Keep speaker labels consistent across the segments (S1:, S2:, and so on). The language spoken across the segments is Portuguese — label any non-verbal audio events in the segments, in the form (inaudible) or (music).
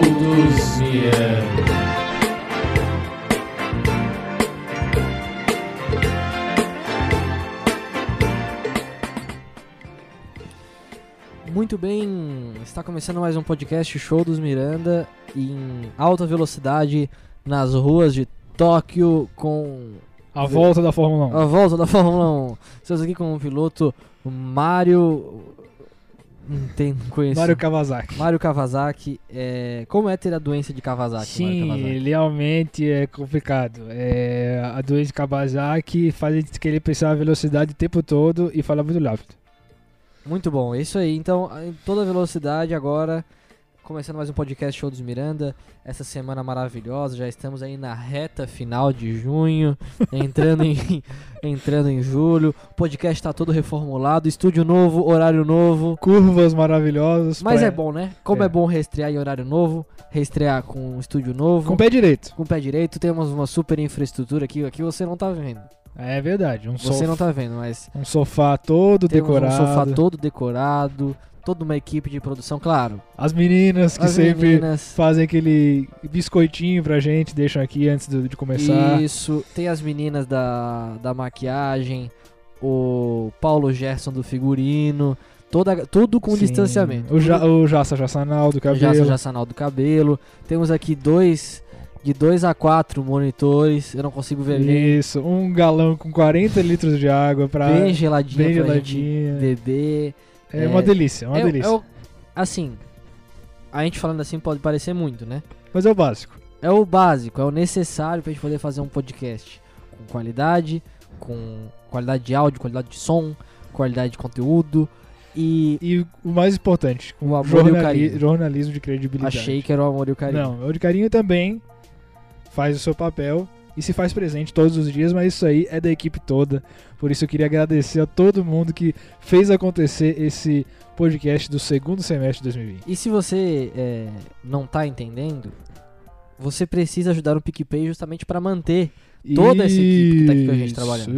S1: dos Mianos.
S2: Muito bem, está começando mais um podcast Show dos Miranda em alta velocidade nas ruas de Tóquio com
S3: A volta da Fórmula um.
S2: a volta da (laughs) Fórmula 1. Estamos aqui com o piloto Mário. Não tem, não
S3: 1.
S2: conheço.
S3: Mário Kawasaki.
S2: Mário Kawasaki. É... Como é ter a doença de Kawasaki, Mário
S3: Sim,
S2: Kawasaki?
S3: realmente é complicado. É, a doença de Kawasaki faz a gente querer pensar a velocidade o tempo todo e falar muito rápido.
S2: Muito bom, é isso aí. Então, em toda velocidade agora, começando mais um podcast Show dos Miranda. Essa semana maravilhosa, já estamos aí na reta final de
S3: (laughs)
S2: junho, entrando em, entrando em julho. O podcast está todo reformulado, estúdio novo, horário novo.
S3: Curvas maravilhosas.
S2: Mas
S3: pra-
S2: é bom, né? Como é,
S3: é.
S2: bom reestrear em horário novo, reestrear com um estúdio novo,
S3: Com o pé direito.
S2: com o pé direito, temos uma super infraestrutura aqui, aqui você não tá vendo.
S3: É verdade. Um,
S2: Você
S3: sof-
S2: não tá vendo, mas
S3: um sofá todo
S2: temos
S3: decorado.
S2: um sofá todo decorado, toda uma equipe de produção, claro.
S3: As meninas que
S2: As
S3: sempre
S2: meninas.
S3: fazem aquele biscoitinho pra gente, deixam aqui antes do- de começar.
S2: Isso, tem as meninas da, da maquiagem, o Paulo Gerson do figurino, toda, tudo com
S3: Sim.
S2: distanciamento.
S3: O, ja, o Jaça Jassanal do cabelo.
S2: Jaça Jassanal do cabelo. Temos aqui dois, de 2 a 4 monitores, eu não consigo ver bem,
S3: Isso, um galão com 40 litros de água pra
S2: bem geladinho
S3: bem
S2: pra gente
S3: geladinha.
S2: beber.
S3: É uma delícia, é uma
S2: É-
S3: delícia.
S2: é o- assim, a gente falando assim pode parecer muito, né?
S3: Mas é o básico.
S2: É o básico, é o necessário pra gente poder fazer um podcast com qualidade, com qualidade de áudio, qualidade de som, qualidade de conteúdo e
S3: E o mais importante,
S2: o amor e o
S3: jornali-
S2: carinho.
S3: jornalismo de credibilidade.
S2: Achei que era o amor e o carinho.
S3: Não, é o de carinho também faz o seu papel e se faz presente todos os dias, mas isso aí é da equipe toda. Por isso eu queria agradecer a todo mundo que fez acontecer esse podcast do segundo semestre de 2020.
S2: E se você é, não tá entendendo, você precisa ajudar o PicPay justamente pra manter. Toda essa equipe que tá aqui com a gente
S3: trabalhando.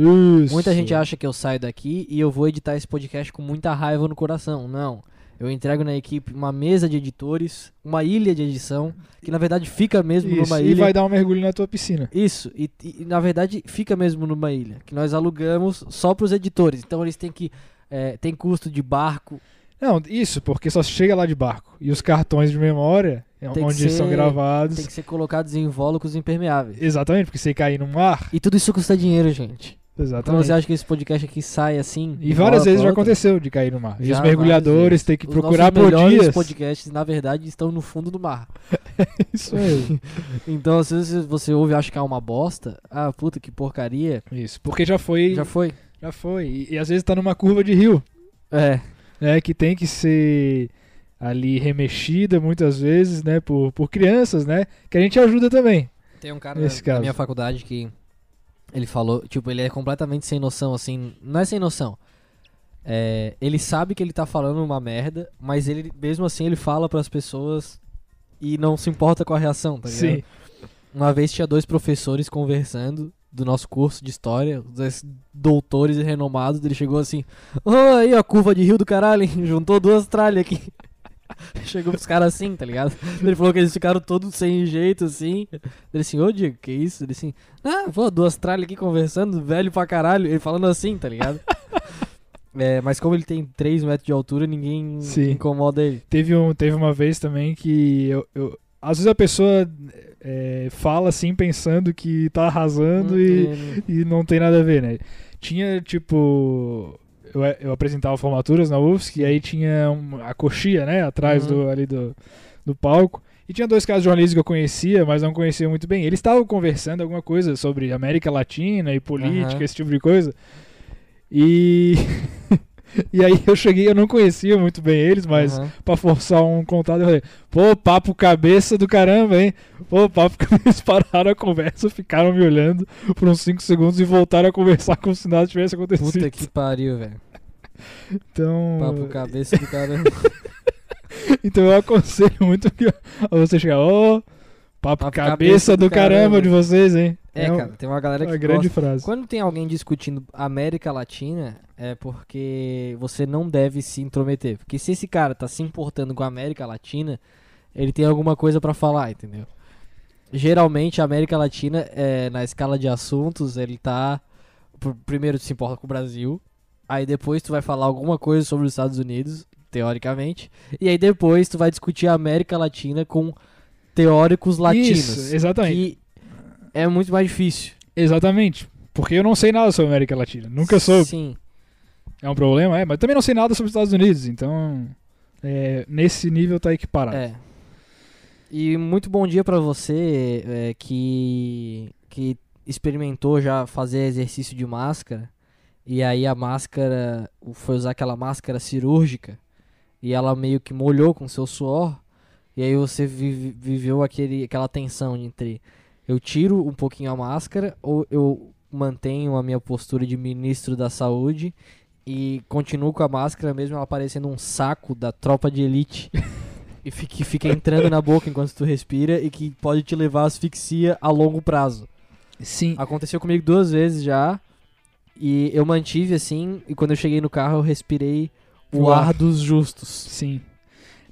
S2: Muita gente acha que eu saio daqui e eu vou editar esse podcast com muita raiva no coração. Não. Eu entrego na equipe uma mesa de editores, uma ilha de edição, que na verdade fica mesmo
S3: Isso,
S2: numa
S3: e
S2: ilha.
S3: vai dar um mergulho na tua piscina.
S2: Isso, e, e, na verdade fica mesmo numa ilha, que nós alugamos só pros editores. Então eles têm que. É, tem custo de barco.
S3: Não, isso, porque só chega lá de barco. E os cartões de memória, é
S2: que
S3: onde eles
S2: ser-
S3: são gravados.
S2: Tem que ser colocados em invólucros impermeáveis.
S3: Exatamente, porque você cair no mar.
S2: E tudo isso custa dinheiro, gente. Então
S3: Exatamente.
S2: você acha que esse podcast aqui sai assim?
S3: E várias
S2: uma hora
S3: vezes
S2: pra
S3: já
S2: outra?
S3: aconteceu de cair no mar. e
S2: Já,
S3: os
S2: várias
S3: mergulhadores
S2: vezes.
S3: têm que
S2: Os
S3: procurar
S2: nossos
S3: por
S2: melhores
S3: dias.
S2: podcasts, na verdade, estão no fundo do mar.
S3: (laughs) Isso mesmo.
S2: Então, se você- você ouve e acha que é uma bosta, ah, puta, que porcaria.
S3: Isso, porque já foi.
S2: Já
S3: Já,
S2: foi.
S3: foi. E, e às vezes tá numa curva de rio,
S2: É.
S3: né? Que tem que ser ali remexida muitas vezes, né? Por, por crianças, né? Que a gente ajuda também.
S2: Tem um cara
S3: Nesse
S2: na
S3: caso.
S2: minha faculdade que ele falou, tipo, ele é completamente sem noção, assim, não é sem noção. É, ele sabe que ele tá falando uma merda, mas ele mesmo assim ele fala pras pessoas e não se importa com a reação, tá ligado?
S3: Sim.
S2: Uma vez tinha dois professores conversando do nosso curso de história, dois doutores e renomados, ele chegou assim: "Ô, aí a curva de rio do caralho, hein? (laughs) juntou duas tralhas aqui". (laughs) Chegou pros caras assim, tá ligado? Ele falou que eles ficaram todos sem jeito, assim. Ele assim, ô Diego, que isso? Ele assim, ah, pô, duas tralhas aqui conversando, velho pra caralho. Ele falando assim, tá
S3: (laughs)
S2: ligado? É, mas como ele tem 3 metros de altura, ninguém
S3: Sim.
S2: incomoda ele.
S3: Teve, um, teve uma vez também que eu. eu- às vezes a pessoa é, fala assim pensando que tá arrasando e,
S2: Ele-
S3: e não tem nada a ver, né? Tinha, tipo. Eu, eu apresentava formaturas na UFSC e aí tinha um- a coxia, né? Atrás
S2: Uhum.
S3: do, ali do, do palco. E tinha dois caras de jornalistas que eu conhecia, mas não conhecia muito bem. Eles estavam conversando alguma coisa sobre América Latina e política,
S2: Aham.
S3: esse tipo de coisa. E. (laughs) e aí eu cheguei, eu não conhecia muito bem eles, mas
S2: Aham.
S3: pra forçar um contato, eu falei, pô, papo cabeça do caramba, hein? Pô, papo (laughs) cabeça. Eles pararam a conversa, ficaram me (laughs) olhando por uns 5 segundos e voltaram a conversar como se nada tivesse acontecido.
S2: Puta que pariu, velho.
S3: Então.
S2: Papo cabeça do cara.
S3: (laughs) Então eu aconselho muito que a você chegar, ô, papo
S2: Papo
S3: cabeça,
S2: cabeça
S3: do
S2: do
S3: caramba,
S2: caramba.
S3: de vocês, hein?
S2: É,
S3: um-
S2: cara, tem uma galera que
S3: uma grande
S2: gosta.
S3: frase.
S2: Quando tem alguém discutindo América Latina, é porque você não deve se intrometer. Porque se esse cara tá se importando com a América Latina, ele tem alguma coisa pra falar, entendeu? Geralmente a América Latina, é, na escala de assuntos, ele tá. pr- Primeiro tu se importa com o Brasil, aí depois tu vai falar alguma coisa sobre os Estados Unidos, teoricamente, e aí depois tu vai discutir a América Latina com teóricos latinos.
S3: Isso, exatamente.
S2: que é muito mais difícil.
S3: Exatamente. Porque eu não sei nada sobre a América Latina. Nunca soube.
S2: Sim.
S3: É um problema, é, mas também não sei nada sobre os Estados Unidos, então. é, nesse nível tá equiparado.
S2: É. E muito bom dia pra você é, que que experimentou já fazer exercício de máscara e aí a máscara foi usar aquela máscara cirúrgica e ela meio que molhou com seu suor e aí você vive- viveu aquele aquela tensão entre eu tiro um pouquinho a máscara ou eu mantenho a minha postura de ministro da saúde e continuo com a máscara mesmo ela parecendo um saco da tropa de elite e fi- que fica entrando na boca enquanto tu respira e que pode te levar à asfixia a longo prazo.
S3: Sim.
S2: Aconteceu comigo duas vezes já e eu mantive assim e quando eu cheguei no carro eu respirei o,
S3: O ar.
S2: ar. dos justos.
S3: Sim.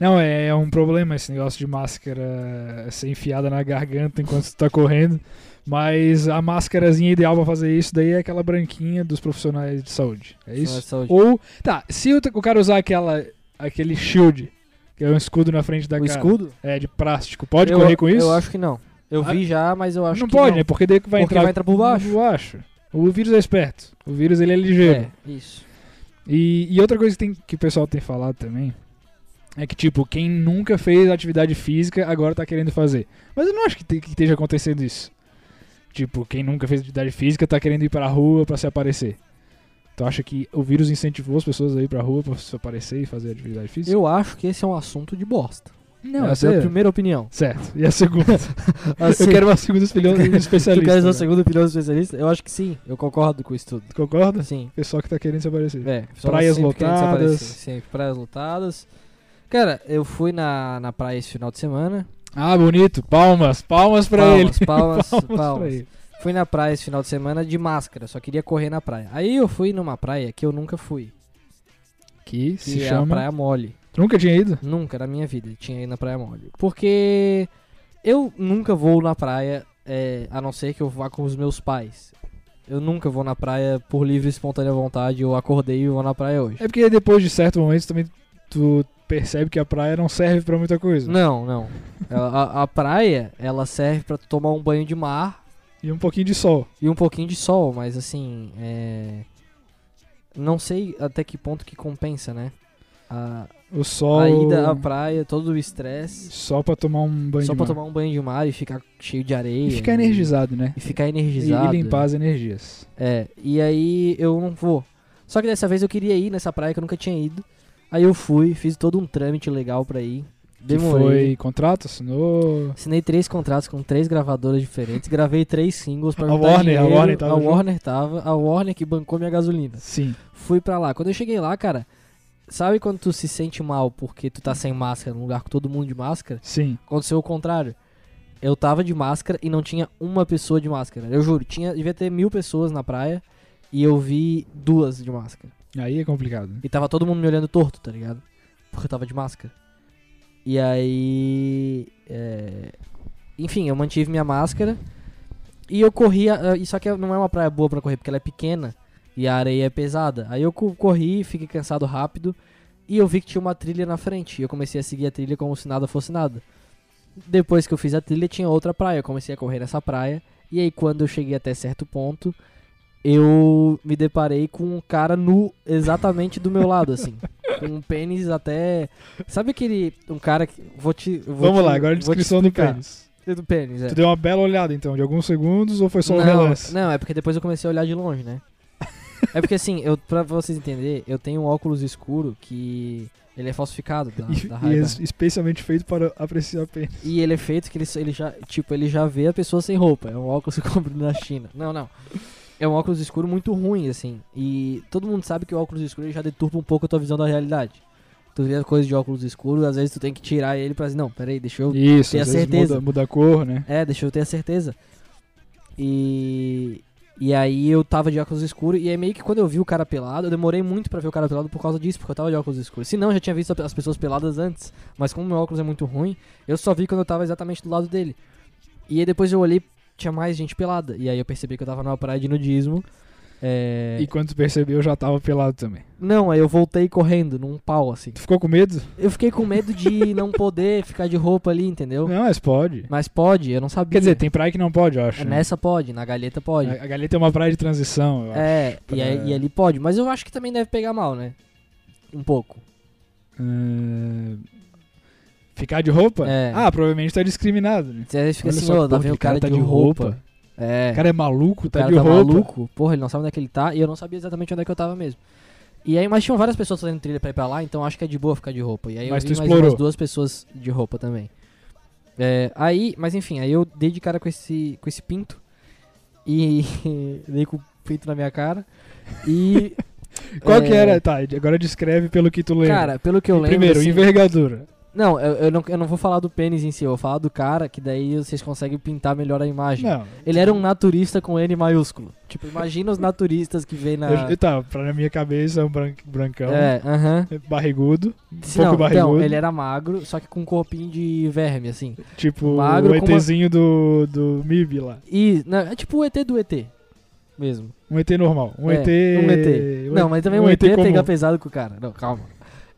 S3: Não, é, é um problema esse negócio de máscara eh, ser enfiada na garganta enquanto tu tá correndo. Mas a máscarazinha ideal pra fazer isso daí é aquela branquinha dos profissionais de saúde. É isso?
S2: Saúde.
S3: Ou, tá, se o, t- o cara usar aquela, aquele shield, que é um escudo na frente da
S2: O
S3: cara,
S2: escudo?
S3: é de plástico, pode
S2: Eu-
S3: correr com isso?
S2: Eu acho que não. Eu
S3: Ah,
S2: vi já, mas eu acho
S3: não
S2: que
S3: pode,
S2: não.
S3: né? Porque daí que vai
S2: Porque
S3: entrar,
S2: vai entrar por baixo.
S3: Eu acho. O vírus é esperto. O vírus, ele é ligeiro.
S2: É, isso.
S3: E, e outra coisa que, tem, que o pessoal tem falado também é que, tipo, quem nunca fez atividade física agora tá querendo fazer. Mas eu não acho que, te- que esteja acontecendo isso. Tipo, quem nunca fez atividade física tá querendo ir pra rua pra se aparecer. Tu acha que o vírus incentivou as pessoas a ir pra rua pra se aparecer e fazer atividade física?
S2: Eu acho que esse é um assunto de bosta.
S3: não,
S2: Essa é a primeira opinião.
S3: Certo. E a segunda?
S2: (laughs) Assim,
S3: (laughs) eu quero uma segunda opinião do especialista.
S2: tu queres
S3: né?
S2: a segunda opinião do especialista? Eu acho que sim. Eu concordo com isso tudo.
S3: Tu Concorda?
S2: Sim.
S3: Pessoal que tá querendo se aparecer.
S2: É, só
S3: Praias
S2: sempre querendo se aparecer,
S3: lotadas.
S2: Sempre, praias lotadas. Cara, eu fui na, na praia esse final de semana.
S3: Ah, bonito. Palmas, palmas pra
S2: palmas,
S3: ele. (laughs)
S2: palmas, palmas,
S3: pra ele.
S2: Fui na praia esse final de semana de máscara, só queria correr na praia. Aí eu fui numa praia que eu nunca fui,
S3: Que
S2: que
S3: se
S2: é
S3: chama.
S2: a Praia Mole.
S3: Tu nunca tinha ido?
S2: Nunca na minha vida tinha ido na Praia Mole. Porque eu nunca vou na praia, é, a não ser que eu vá com os meus pais. Eu nunca vou na praia por livre e espontânea vontade. Eu acordei e vou na praia hoje.
S3: É porque depois de certo momento também tu percebe que a praia não serve pra muita coisa.
S2: Não, não. Ela- A, a praia, ela serve pra tu tomar um banho de mar
S3: E um pouquinho de sol.
S2: e um pouquinho de sol, mas assim, é... Não sei até que ponto que compensa, né? A,
S3: O
S2: a
S3: sol.
S2: ida à praia, todo o estresse,
S3: Só pra tomar um banho
S2: só
S3: de
S2: pra
S3: mar.
S2: tomar um banho de mar e ficar cheio de areia.
S3: E ficar energizado, né?
S2: E ficar
S3: E-
S2: energizado. né?
S3: E, limpar as energias.
S2: É, e aí eu não vou. Só que dessa vez eu queria ir nessa praia que eu nunca tinha ido. Aí eu fui, fiz todo um trâmite legal pra ir.
S3: Que
S2: Demorei.
S3: foi contrato, assinou.
S2: Assinei três contratos com três gravadoras diferentes, gravei três singles pra
S3: A
S2: juntar
S3: Warner,
S2: dinheiro.
S3: a Warner tava
S2: a
S3: junto?
S2: Warner tava, a Warner que bancou minha gasolina.
S3: Sim.
S2: Fui pra lá. Quando eu cheguei lá, cara, sabe quando tu se sente mal porque tu tá sem máscara, num lugar com todo mundo de máscara?
S3: Sim.
S2: Aconteceu o contrário. Eu tava de máscara e não tinha uma pessoa de máscara. Eu juro, tinha, devia ter mil pessoas na praia e eu vi duas de máscara.
S3: Aí é complicado.
S2: E tava todo mundo me olhando torto, tá ligado? Porque eu tava de máscara. E aí. é, Enfim, eu mantive minha máscara. E eu corria. Só que não é uma praia boa pra correr, porque ela é pequena. E a areia é pesada. Aí eu co- corri, fiquei cansado rápido. E eu vi que tinha uma trilha na frente. E eu comecei a seguir a trilha como se nada fosse nada. Depois que eu fiz a trilha, tinha outra praia. Eu comecei a correr nessa praia. E aí, quando eu cheguei até certo ponto, eu me deparei com um cara nu exatamente do meu lado,
S3: (laughs)
S2: assim. Com um pênis até. Sabe aquele. Um cara que. Vou te. eu vou
S3: Vamos
S2: te-
S3: lá, agora a
S2: vou te
S3: descrição do
S2: explicar.
S3: pênis.
S2: Do pênis, é.
S3: Tu deu uma bela olhada então, de alguns segundos ou foi só um
S2: não,
S3: relance?
S2: Não, é porque depois eu comecei a olhar de longe, né? é porque assim, eu, pra vocês entenderem, eu tenho um óculos escuro que ele é falsificado
S3: (laughs)
S2: da,
S3: E,
S2: da
S3: e
S2: Ray-Ban.
S3: es- especialmente feito para apreciar pênis.
S2: E ele é (laughs) feito que ele, ele já, tipo, ele já vê a pessoa sem roupa. É um óculos que eu compro na China. Não, não. é um óculos escuro muito ruim, assim. E todo mundo sabe que o óculos escuro ele já deturpa um pouco a tua visão da realidade. Tu vê coisa de óculos escuro, às vezes tu tem que tirar ele pra dizer, não, peraí, deixa eu.
S3: Isso,
S2: Tem
S3: às
S2: a
S3: vezes
S2: certeza.
S3: Muda, muda a cor, né?
S2: É, deixa eu ter a certeza. E. E aí eu tava de óculos escuro, e aí meio que quando eu vi o cara pelado, eu demorei muito pra ver o cara pelado por causa disso, porque eu tava de óculos escuro. Se não, eu já tinha visto as pessoas peladas antes, mas como meu óculos é muito ruim, eu só vi quando eu tava exatamente do lado dele. E aí depois eu olhei, tinha mais gente pelada, e aí eu percebi que eu tava numa praia de nudismo. É...
S3: E quando tu percebeu, eu já tava pelado também.
S2: Não, aí eu voltei correndo, num pau, assim.
S3: Tu ficou com medo?
S2: Eu fiquei com medo
S3: (laughs)
S2: de não poder ficar de roupa ali, entendeu?
S3: Não, mas pode.
S2: Mas pode, eu não sabia.
S3: É. Quer dizer, tem praia que não pode, eu acho.
S2: É,
S3: né?
S2: Nessa pode, na galheta pode.
S3: A, a Galeta é uma praia de transição, eu acho.
S2: É, e,
S3: pra-
S2: aí- e ali pode, mas eu acho que também deve pegar mal, né? Um pouco.
S3: Ah, Ficar de roupa?
S2: É.
S3: Ah, provavelmente tá discriminado, né?
S2: Você às vezes fica
S3: Olha
S2: assim,
S3: só
S2: ô,
S3: que
S2: lá
S3: porra,
S2: vem o
S3: aquele
S2: cara,
S3: tá
S2: de roupa. É,
S3: O cara é maluco,
S2: o
S3: tá
S2: cara
S3: de
S2: tá
S3: roupa.
S2: maluco. Porra, ele não sabe onde é que ele tá, e eu não sabia exatamente onde é que eu tava mesmo. E aí, mas tinham várias pessoas fazendo trilha pra ir pra lá, então acho que é de boa ficar de roupa. E aí
S3: Mas
S2: eu
S3: tu
S2: vi mais
S3: explorou.
S2: umas duas pessoas de roupa também. É, aí, mas enfim, aí eu dei de cara com esse, com esse pinto. E (laughs) dei com o pinto na minha cara. E.
S3: (laughs) Qual que
S2: é,
S3: era? Tá, agora descreve pelo que tu lembra.
S2: Cara, pelo que eu lembro.
S3: Primeiro,
S2: assim,
S3: envergadura.
S2: Não eu, eu não, eu não vou falar do pênis em si, eu vou falar do cara, que daí vocês conseguem pintar melhor a imagem.
S3: Não.
S2: Ele era um naturista com N maiúsculo. Tipo, imagina os naturistas que vem na.
S3: Eu, eu- tá, pra minha cabeça é um bran- brancão,
S2: É, aham.
S3: barrigudo,
S2: Sim,
S3: Um pouco
S2: não, então,
S3: barrigudo.
S2: ele era magro, só que com um corpinho de verme, assim.
S3: tipo
S2: Magro
S3: o
S2: com uma-
S3: ETzinho do, do MIB lá.
S2: E. não, é tipo o ET do ET. Mesmo.
S3: Um ET normal. Um
S2: É,
S3: ET.
S2: um ET. Não, mas também um, ET,
S3: comum.
S2: pegar pesado com o cara. Não, calma.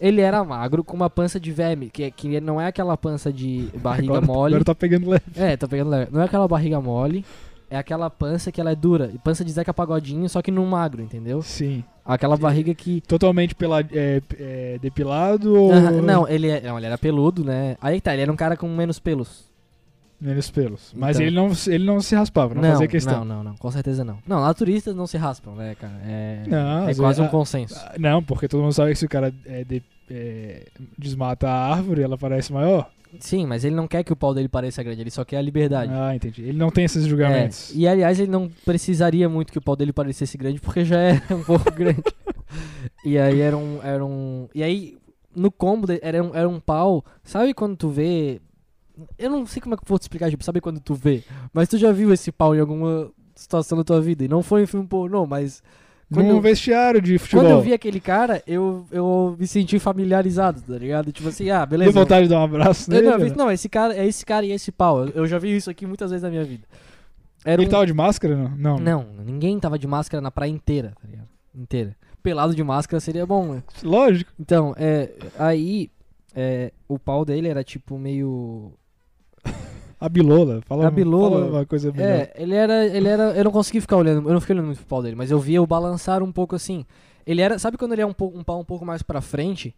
S2: Ele era magro com uma pança de verme, que, que não é aquela pança de barriga
S3: agora,
S2: mole.
S3: Agora tá pegando leve.
S2: É, tá pegando leve. Não é aquela barriga mole, é aquela pança que ela é dura. E pança de Zeca Pagodinho, só que num magro, entendeu?
S3: Sim.
S2: Aquela barriga que.
S3: Totalmente pela, é, é, depilado ou.
S2: Aham, não, ele é- não, ele era peludo, né? Aí que tá, ele era um cara com menos pelos.
S3: Menos pelos. Mas
S2: Então.
S3: ele, não, ele não se raspava, não, fazia questão.
S2: não, não, não, com certeza não. Não, naturistas não se raspam, né, cara? É,
S3: Não,
S2: é
S3: às
S2: quase um
S3: vezes-
S2: consenso.
S3: Ah, Não, porque todo mundo sabe que se o cara é, de- é, desmata a árvore, ela parece maior.
S2: Sim, mas ele não quer que o pau dele pareça grande, ele só quer a liberdade.
S3: Ah, entendi. Ele não tem esses
S2: É,
S3: julgamentos.
S2: e aliás, ele não precisaria muito que o pau dele parecesse grande, porque já era um pouco (laughs) grande. E aí era um. Era um e aí, no combo, de- era, um, era um pau. Sabe quando tu vê. Eu não sei como é que eu vou te explicar, tipo, sabe quando tu vê? Mas tu já viu esse pau em alguma situação da tua vida. E não foi em filme pornô, mas. Quando,
S3: Num vestiário de futebol.
S2: quando eu vi aquele cara, eu, eu me senti familiarizado, tá ligado? Tipo assim, ah,
S3: Deu
S2: beleza.
S3: vontade de dar um abraço
S2: Eu
S3: nele.
S2: não, eu vi-
S3: né?
S2: não, esse cara, é esse cara e esse pau. Eu, eu já vi isso aqui muitas vezes na minha vida. Era
S3: Ele
S2: um-
S3: tava de máscara? Não. Não.
S2: não, ninguém tava de máscara na praia inteira, tá ligado? Inteira. Pelado de máscara seria bom, né?
S3: Lógico.
S2: Então, é. Aí. é, o pau dele era tipo meio.
S3: A bilola. Fala,
S2: A bilola.
S3: fala uma coisa melhor.
S2: É, ele era. Ele era. Eu não consegui ficar olhando. Eu não fiquei olhando muito pro pau dele, mas eu via o balançar um pouco assim. Ele era. Sabe quando ele é um, pou- um pau um pouco mais pra frente?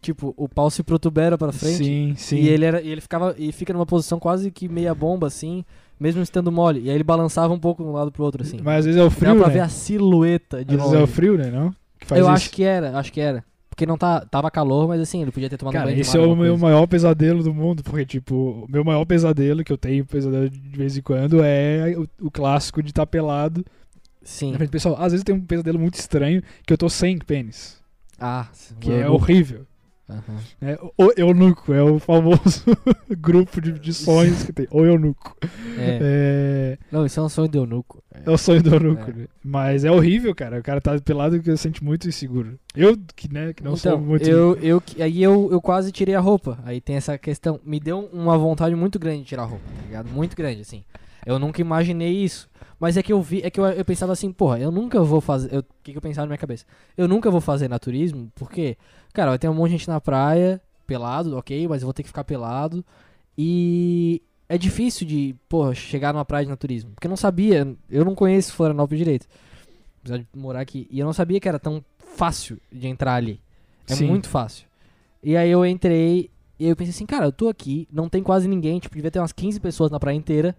S2: Tipo, o pau se protubera pra frente.
S3: Sim, sim.
S2: E ele era. E ele ficava. E fica numa posição quase que meia bomba, assim, mesmo estando mole. E aí ele balançava um pouco de um lado pro outro, assim.
S3: Mas às vezes é o frio,
S2: Dá pra
S3: né?
S2: ver a silhueta de
S3: Às vezes
S2: longe.
S3: é o frio, né? Não? Que faz
S2: eu
S3: isso.
S2: acho que era, acho que era. Porque não tá, tava calor, mas assim, ele podia ter tomado
S3: Cara,
S2: banho de
S3: esse é
S2: mar,
S3: o
S2: alguma
S3: meu
S2: coisa.
S3: maior pesadelo do mundo, porque, tipo, o meu maior pesadelo, que eu tenho pesadelo de vez em quando, é o, o clássico de estar pelado.
S2: Sim.
S3: Na frente do pessoal, às vezes tem um pesadelo muito estranho, que eu tô sem pênis,
S2: Ah,
S3: que é horrível.
S2: Aham.
S3: É, o eunuco, é o famoso (laughs) grupo de, de sonhos que tem, o eunuco.
S2: É.
S3: É,
S2: Não, isso é um sonho de eunuco.
S3: é o sonho do eunuco,
S2: É.
S3: né? Mas é horrível, cara, o cara tá pelado que eu sinto muito inseguro. Eu, que, né, que não
S2: então,
S3: sou muito...
S2: eu, eu, que- aí eu, eu quase tirei a roupa. Aí tem essa questão. Me deu uma vontade muito grande de tirar a roupa, tá ligado? Muito grande, assim. Eu nunca imaginei isso. Mas é que eu vi, é que eu, eu pensava assim, porra, eu nunca vou fazer. eu- O que, que eu pensava na minha cabeça? Eu nunca vou fazer naturismo, porque, cara, vai ter um monte de gente na praia, pelado, ok, mas eu vou ter que ficar pelado. E é difícil de, porra, chegar numa praia de naturismo. Porque eu não sabia, eu não conheço Florianópolis direito. Apesar de morar aqui. E eu não sabia que era tão fácil de entrar ali. É
S3: Sim.
S2: muito fácil. E aí eu entrei e eu pensei assim, cara, eu tô aqui, não tem quase ninguém, tipo, devia ter umas 15 pessoas na praia inteira.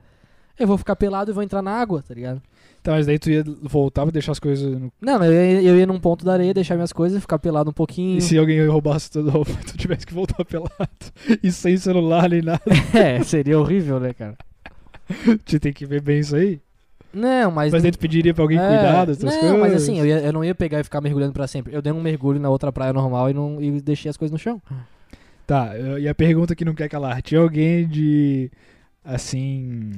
S2: Eu vou ficar pelado e vou entrar na água, tá ligado?
S3: Tá, mas daí tu ia voltar pra deixar as coisas no...
S2: Não, mas eu ia, eu ia num ponto da areia, deixar minhas coisas, ficar pelado um pouquinho. (laughs)
S3: E se alguém roubasse tua (laughs) roupa e tu tivesse que voltar pelado e sem celular nem nada, (laughs)
S2: É, seria horrível, né, cara?
S3: tu tem que ver bem isso aí?
S2: Não, mas.
S3: Mas aí tu pediria pra alguém
S2: É,
S3: cuidar dessas
S2: não,
S3: coisas?
S2: mas assim, eu, ia- eu não ia pegar e ficar mergulhando pra sempre. Eu dei um mergulho na outra praia normal e, não, e deixei as coisas no chão.
S3: Tá, eu- e a pergunta que não quer calar. Tinha alguém de. Assim.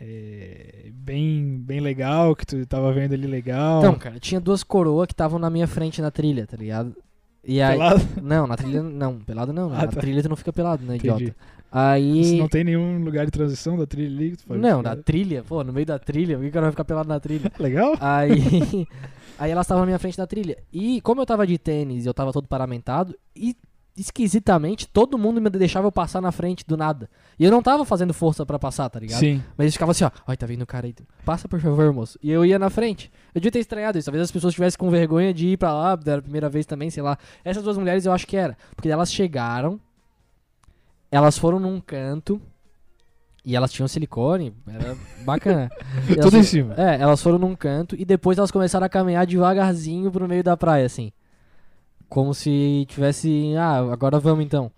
S3: é, bem, bem legal, que tu tava vendo ali legal.
S2: Então, cara, tinha duas coroas que estavam na minha frente na trilha, tá ligado? E aí.
S3: pelado?
S2: Não, na trilha. Não, pelado não. né?
S3: Ah,
S2: na
S3: tá.
S2: trilha tu não fica pelado, né,
S3: Entendi.
S2: idiota?
S3: (laughs)
S2: Aí.
S3: Se não tá né? tem nenhum lugar de transição da trilha ali que tu pode
S2: Não,
S3: ficar-
S2: na trilha, pô, no meio da trilha, por que o cara vai ficar pelado na trilha?
S3: Legal? (laughs)
S2: Aí. aí elas estavam na minha frente na trilha. E como eu tava de tênis e eu tava todo paramentado, e esquisitamente todo mundo me deixava eu passar na frente do nada. E eu não tava fazendo força pra passar, tá ligado?
S3: Sim.
S2: Mas eles ficavam assim, ó, ai, tá vindo o cara aí. Passa por favor, moço. E eu ia na frente. Eu devia ter estranhado isso. Talvez as pessoas tivessem com vergonha de ir pra lá, da primeira vez também, sei lá. Essas duas mulheres eu acho que era. Porque elas chegaram, elas foram num canto, e elas tinham silicone, era
S3: (laughs)
S2: bacana. E elas
S3: Tudo em
S2: foram-
S3: cima.
S2: É, elas foram num canto e depois elas começaram a caminhar devagarzinho pro meio da praia, assim. Como se tivesse. Ah, agora vamos então.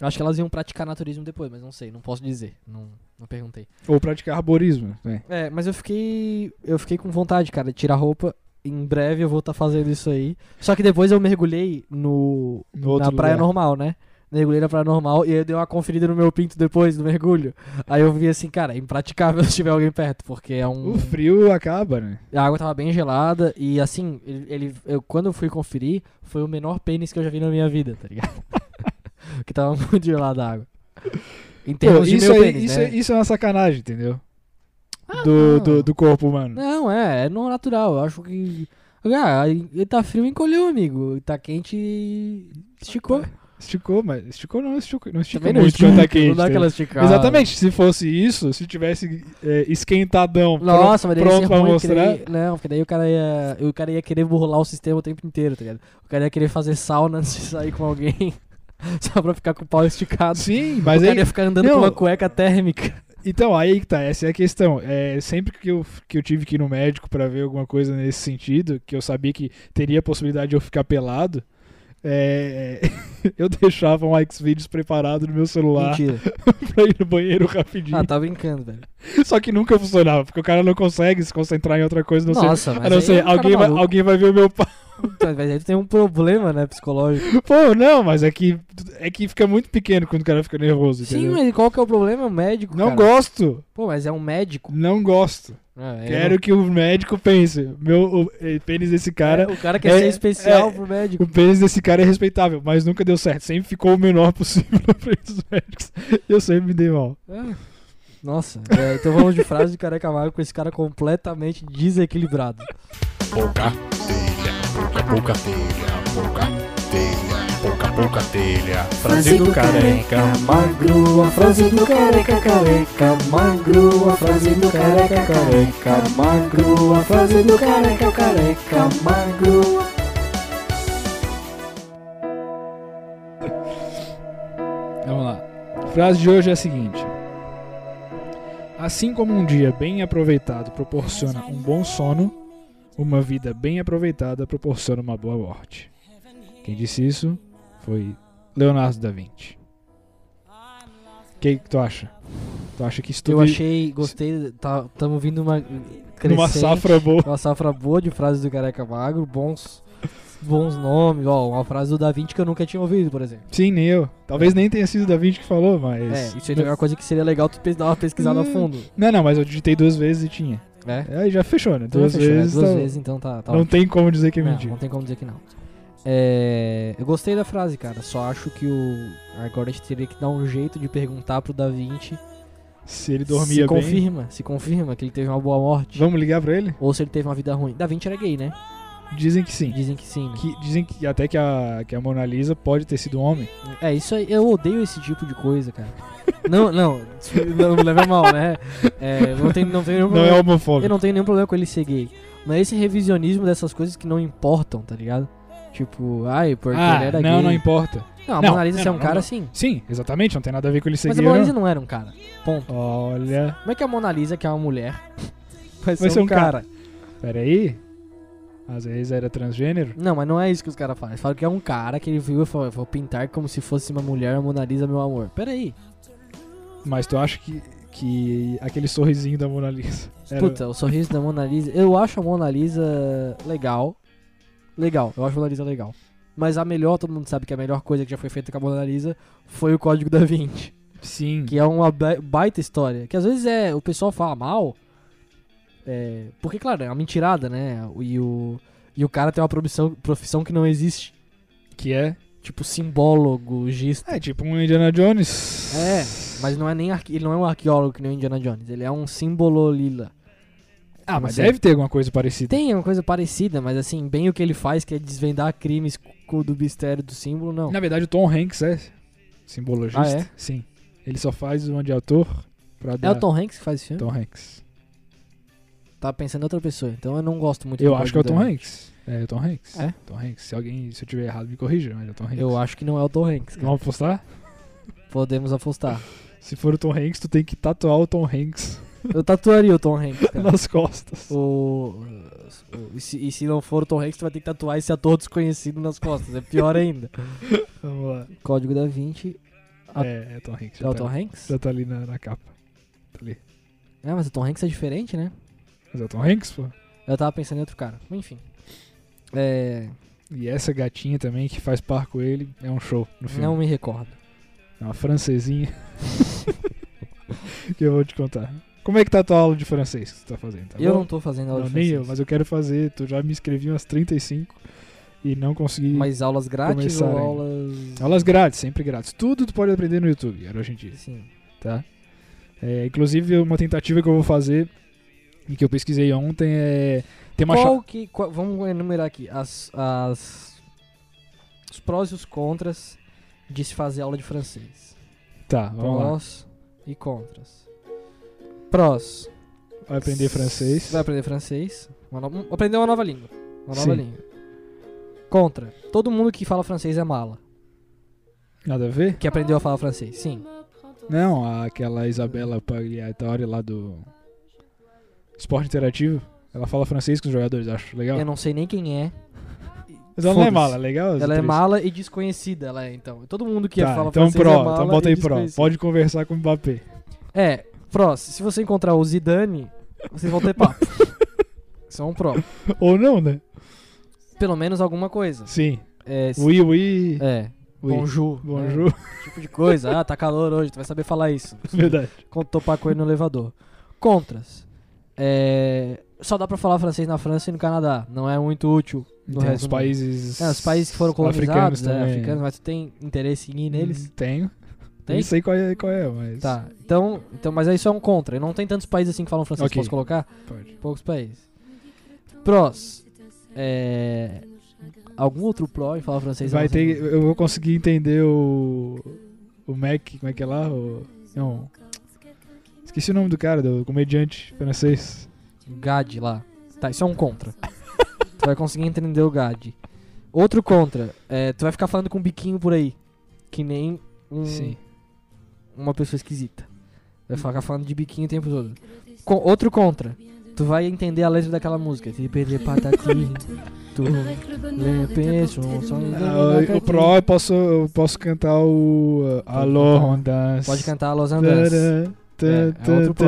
S2: Eu acho que elas iam praticar naturismo depois, mas não sei, não posso dizer. Não, não perguntei.
S3: Ou praticar arborismo, né?
S2: É, mas eu fiquei. Eu fiquei com vontade, cara, de tirar a roupa. Em breve eu vou estar fazendo isso aí. Só que depois eu mergulhei no.
S3: No outro
S2: na praia
S3: lugar.
S2: normal, né? Mergulhei na praia normal e eu dei uma conferida no meu pinto depois do mergulho. Aí eu vi assim, cara, é impraticável (laughs) se tiver alguém perto, porque é um.
S3: O frio acaba, né?
S2: A água tava bem gelada e assim, ele, ele- eu, quando eu fui conferir, foi o menor pênis que eu já vi na minha vida, tá ligado? (laughs) Porque tava muito gelada a água. Em termos
S3: Pô,
S2: de
S3: isso,
S2: meu
S3: aí-
S2: pênis,
S3: isso,
S2: né? Ah,
S3: é- isso é uma sacanagem, entendeu? do,
S2: não.
S3: do, do corpo humano.
S2: Não, é, é não natural. Eu acho que. Ah, ele tá frio, encolheu, amigo. Tá quente, esticou.
S3: Esticou, mas esticou não, esticou, não esticou
S2: Também não
S3: Tá, muito
S2: estica,
S3: quando tá quente.
S2: não dá
S3: entendeu?
S2: aquela esticada.
S3: Exatamente, se fosse isso, se tivesse é, esquentadão
S2: Nossa, mas
S3: pronto,
S2: daí ia ser
S3: pronto pra
S2: ruim, porque
S3: mostrar.
S2: daí- Não, porque daí o cara ia. O cara ia querer burlar o sistema o tempo inteiro, tá ligado? O cara ia querer fazer sauna (laughs) antes de sair com alguém. (laughs) Só pra ficar com o pau esticado.
S3: Sim, mas
S2: o cara
S3: aí,
S2: ia ficar andando
S3: não.
S2: com uma cueca
S3: (laughs)
S2: térmica.
S3: Então, aí que tá, essa é a questão. É, sempre que eu, que eu tive que ir no médico pra ver alguma coisa nesse sentido, que eu sabia que teria a possibilidade de eu ficar pelado, é, (laughs) eu deixava um Xvideos preparado no meu celular (laughs)
S2: Mentira.
S3: pra ir no banheiro rapidinho.
S2: Ah, tá brincando, velho.
S3: (laughs) Só que nunca funcionava, porque o cara não consegue se concentrar em outra coisa, não sei.
S2: Nossa,
S3: A
S2: mas
S3: não
S2: aí é
S3: ser,
S2: um cara
S3: alguém, vai,
S2: maluco.
S3: alguém vai ver o meu pau.
S2: Mas aí tu tem um problema, né, psicológico.
S3: (laughs) Pô, não, mas é que, é que fica muito pequeno quando o cara fica nervoso,
S2: Sim,
S3: entendeu?
S2: mas qual que é o problema? É O médico, cara.
S3: Não gosto,
S2: Pô, mas é um médico.
S3: não gosto.
S2: Ah, é,
S3: Quero que o médico pense. Meu, o eh, pênis desse cara
S2: É, o cara quer
S3: é-
S2: ser especial
S3: é-
S2: pro médico.
S3: O pênis desse cara é respeitável, mas nunca deu certo. Sempre ficou o menor (laughs) possível na frente dos médicos. Eu sempre me dei mal.
S2: Ah, Nossa, é, então vamos de frase de careca magro com esse cara completamente desequilibrado.
S4: pouca telha, pouca telha, pouca telha, pouca pouca telha. Frase do careca magro, a frase do careca careca magro, a frase do careca careca magro, a frase do careca careca magro.
S3: Vamos lá. A frase de hoje é a seguinte: Assim como um dia bem aproveitado proporciona um bom sono, uma vida bem aproveitada proporciona uma boa morte. Quem disse isso foi Leonardo da Vinci. O que, que tu acha? Tu acha que isso
S2: Eu
S3: tudo
S2: achei, gostei, tá, tamo vindo uma crescente,
S3: (laughs) numa safra é boa?
S2: uma safra boa de frases do careca magro, bons, bons nomes, ó, uma frase do Da Vinci que eu nunca tinha ouvido, por exemplo.
S3: Sim, nem eu. Talvez nem tenha sido da Vinci que falou, mas.
S2: É, isso aí é uma coisa que seria legal tu pe- dar uma pesquisada a
S3: Hum.
S2: fundo,
S3: Não, não, mas eu digitei duas vezes e tinha.
S2: né?
S3: Aí já fechou, né?
S2: Então
S3: Duas
S2: fechou, né?
S3: vezes.
S2: duas
S3: tá-
S2: vezes, então tá, tá
S3: não
S2: ótimo.
S3: tem como dizer que é
S2: Não,
S3: mentira.
S2: não tem como dizer que não. É, eu gostei da frase, cara. Só acho que o. Agora a gente teria que dar um jeito de perguntar pro Da Vinci.
S3: Se ele dormia
S2: se
S3: bem.
S2: confirma, se confirma que ele teve uma boa morte.
S3: Vamos ligar pra ele?
S2: Ou se ele teve uma vida ruim. Da Vinci era gay, né?
S3: Dizem que sim.
S2: Dizem que sim. né?
S3: Que- dizem que até que a, que a Mona Lisa pode ter sido homem.
S2: É, isso aí. Eu odeio esse tipo de coisa, cara. (laughs) não, não. Não me leva mal, né? É, não tem, não tem nenhum
S3: Não
S2: problema.
S3: é
S2: Eu
S3: homofóbico.
S2: não tenho nenhum problema com ele ser gay. Mas esse revisionismo dessas coisas que não importam, tá ligado? Tipo, ai, porque
S3: ah,
S2: ele era
S3: não,
S2: gay.
S3: não importa.
S2: Não, a
S3: Não,
S2: Mona Lisa
S3: não,
S2: ser um
S3: não,
S2: cara
S3: não.
S2: assim.
S3: Sim, exatamente, não tem nada a ver com ele ser
S2: Mas a
S3: gay,
S2: Mona
S3: não.
S2: Lisa não era um cara. Ponto.
S3: Olha.
S2: Como é que a Mona Lisa, que é uma mulher, (laughs) vai ser,
S3: Vai ser
S2: um,
S3: um
S2: cara?
S3: Peraí. Às vezes era transgênero.
S2: Não, mas não é isso que os caras falam. Eles falam que é um cara que ele viu e falou: "Eu vou pintar como se fosse uma mulher, a Mona Lisa, meu amor. Peraí.
S3: Mas tu acha que, que aquele sorrisinho da Mona Lisa. Era-
S2: Puta, o sorriso da Mona Lisa. Eu acho a Mona Lisa legal. Legal, eu acho a Mona Lisa legal. Mas a melhor, todo mundo sabe que a melhor coisa que já foi feita com a Mona Lisa foi o Código da Vinci.
S3: Sim.
S2: Que é uma ba- baita história. Que às vezes é o pessoal fala mal. é, porque, claro, é uma mentirada, né? E o, e o cara tem uma profissão, profissão que não existe.
S3: Que é?
S2: Tipo, simbólogo, gista.
S3: É tipo um Indiana Jones.
S2: É, mas não é nem arque- ele não é um arqueólogo que nem o Indiana Jones. Ele é um símbolo lila.
S3: Ah, mas
S2: Sim.
S3: deve ter alguma coisa parecida.
S2: é. Tem uma coisa parecida, mas assim, bem o que ele faz, que é desvendar crimes co- do mistério do símbolo, não.
S3: Na verdade, o Tom Hanks é simbologista.
S2: Ah, é?
S3: Sim. Ele só faz uma de autor pra
S2: É
S3: dar
S2: o Tom Hanks que faz esse filme?
S3: Tom Hanks.
S2: Tá pensando em outra pessoa, então eu não gosto muito
S3: Eu
S2: do
S3: acho que é o Tom
S2: Dumbledore.
S3: Hanks. É, é o Tom Hanks.
S2: É?
S3: Tom Hanks. Se alguém, se eu tiver errado, me corrija, mas é o Tom Hanks.
S2: Eu acho que não é o Tom Hanks. cara.
S3: Vamos apostar?
S2: Podemos apostar.
S3: Se for o Tom Hanks, tu tem que tatuar o Tom Hanks
S2: Eu tatuaria o Tom
S3: (laughs)
S2: Hanks, cara.
S3: nas costas.
S2: O... o- E, se, e se não for o Tom Hanks, tu vai ter que tatuar esse ator desconhecido nas costas. É pior ainda.
S3: Vamos lá.
S2: (laughs) Código da Vinci. A-
S3: É, é o Tom Hanks.
S2: É
S3: já
S2: o
S3: tá-
S2: Tom Hanks?
S3: Já tá ali na, na capa. Tá ali.
S2: É, mas o Tom Hanks é diferente, né?
S3: Mas é o Tom Hanks, pô.
S2: Eu tava pensando em outro cara. Enfim. É...
S3: E essa gatinha também que faz par com ele é um show no filme.
S2: Não me recordo.
S3: É uma francesinha. (laughs) que eu vou te contar. Como é que tá a tua aula de francês que tu tá fazendo? Tá
S2: eu
S3: bom?
S2: não tô fazendo aula
S3: Não,
S2: de
S3: nem eu,
S2: francês.
S3: mas eu quero fazer. Tu já me inscrevi umas 35 e não consegui.
S2: Mas aulas grátis
S3: começar Tá
S2: ou
S3: ainda.
S2: aulas.
S3: Aulas grátis, sempre grátis. Tudo tu pode aprender no YouTube, era hoje em dia,
S2: Sim.
S3: tá? É, inclusive, uma tentativa que eu vou fazer e que eu pesquisei ontem é. Tem uma cha-
S2: Qual que. qual- vamos enumerar aqui. As, as. Os prós e os contras de se fazer aula de francês.
S3: Tá, vamos lá.
S2: prós e contras. Prós.
S3: Vai aprender francês.
S2: Vai aprender francês. Uma no- um- aprender uma nova língua. Uma nova
S3: Sim.
S2: língua. Contra. Todo mundo que fala francês é mala.
S3: Nada a ver?
S2: Que aprendeu a falar francês. Sim.
S3: Não, aquela Isabela Pagliatori lá do Esporte Interativo. Ela fala francês com os jogadores, acho legal.
S2: Eu não sei nem quem é.
S3: Mas ela não é
S2: Foda-se.
S3: mala, legal? as
S2: Ela é
S3: atrizes?
S2: mala e desconhecida, ela é, então. Todo mundo que
S3: Tá,
S2: fala
S3: então
S2: francês
S3: pro,
S2: é mala
S3: então bota
S2: e
S3: aí pro.
S2: desconhecida.
S3: Pode conversar com o Mbappé. (laughs)
S2: É, prós. Se você encontrar o Zidane, vocês vão ter
S3: (laughs)
S2: papo. Isso é um pró.
S3: Ou não, né?
S2: Pelo menos alguma coisa.
S3: Sim.
S2: É, se-
S3: Oui, oui.
S2: é
S3: oui.
S2: bonjour. né?
S3: Bonjour.
S2: Esse tipo de coisa. Ah, tá calor hoje, tu vai saber falar isso.
S3: (laughs) Verdade.
S2: Quando topar com ele no elevador. Contras. É, só dá pra falar francês na França e no Canadá. Não é muito útil no
S3: tem
S2: resto
S3: uns
S2: do mundo.
S3: países.
S2: É, os países que foram
S3: africanos
S2: colonizados, é,
S3: também.
S2: africanos, mas tu tem interesse em ir neles?
S3: Hum, Tenho.
S2: Tem?
S3: Não sei qual é, qual é mas.
S2: Tá, então, então, mas aí só é um contra. E Não tem tantos países assim que falam francês,
S3: Ok.
S2: posso colocar?
S3: Pode.
S2: Poucos países. Prós. É, algum outro pró em falar francês? é eu
S3: Vai
S2: não sei.
S3: ter. Eu vou conseguir entender o. O Mac, como é que é lá? O, não. Esqueci o nome do cara, do comediante francês.
S2: GAD lá. Tá, isso é um contra. (laughs) tu vai conseguir entender o GAD. Outro contra. É, tu vai ficar falando com um biquinho por aí. Que nem um-
S3: Sim.
S2: uma pessoa esquisita. Vai ficar falando de biquinho o tempo todo. Co- outro contra. Tu vai entender a letra daquela música. Te perder patati. Tu. Le peixe, um sonho da
S3: Ah, o- o Pro eu posso, eu posso cantar o. uh, Alô, Rondas.
S2: Pode cantar Los Andes. É, é outro Pro.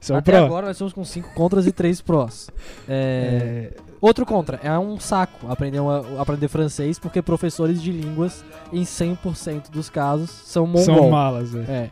S3: Isso é o
S2: Até
S3: Pro.
S2: agora nós estamos com cinco contras e três prós. É,
S3: É,
S2: Outro contra, é um saco aprender, uma- aprender francês, porque professores de línguas, em 100% dos casos, são
S3: são
S2: mongol.
S3: malas, é.
S2: é.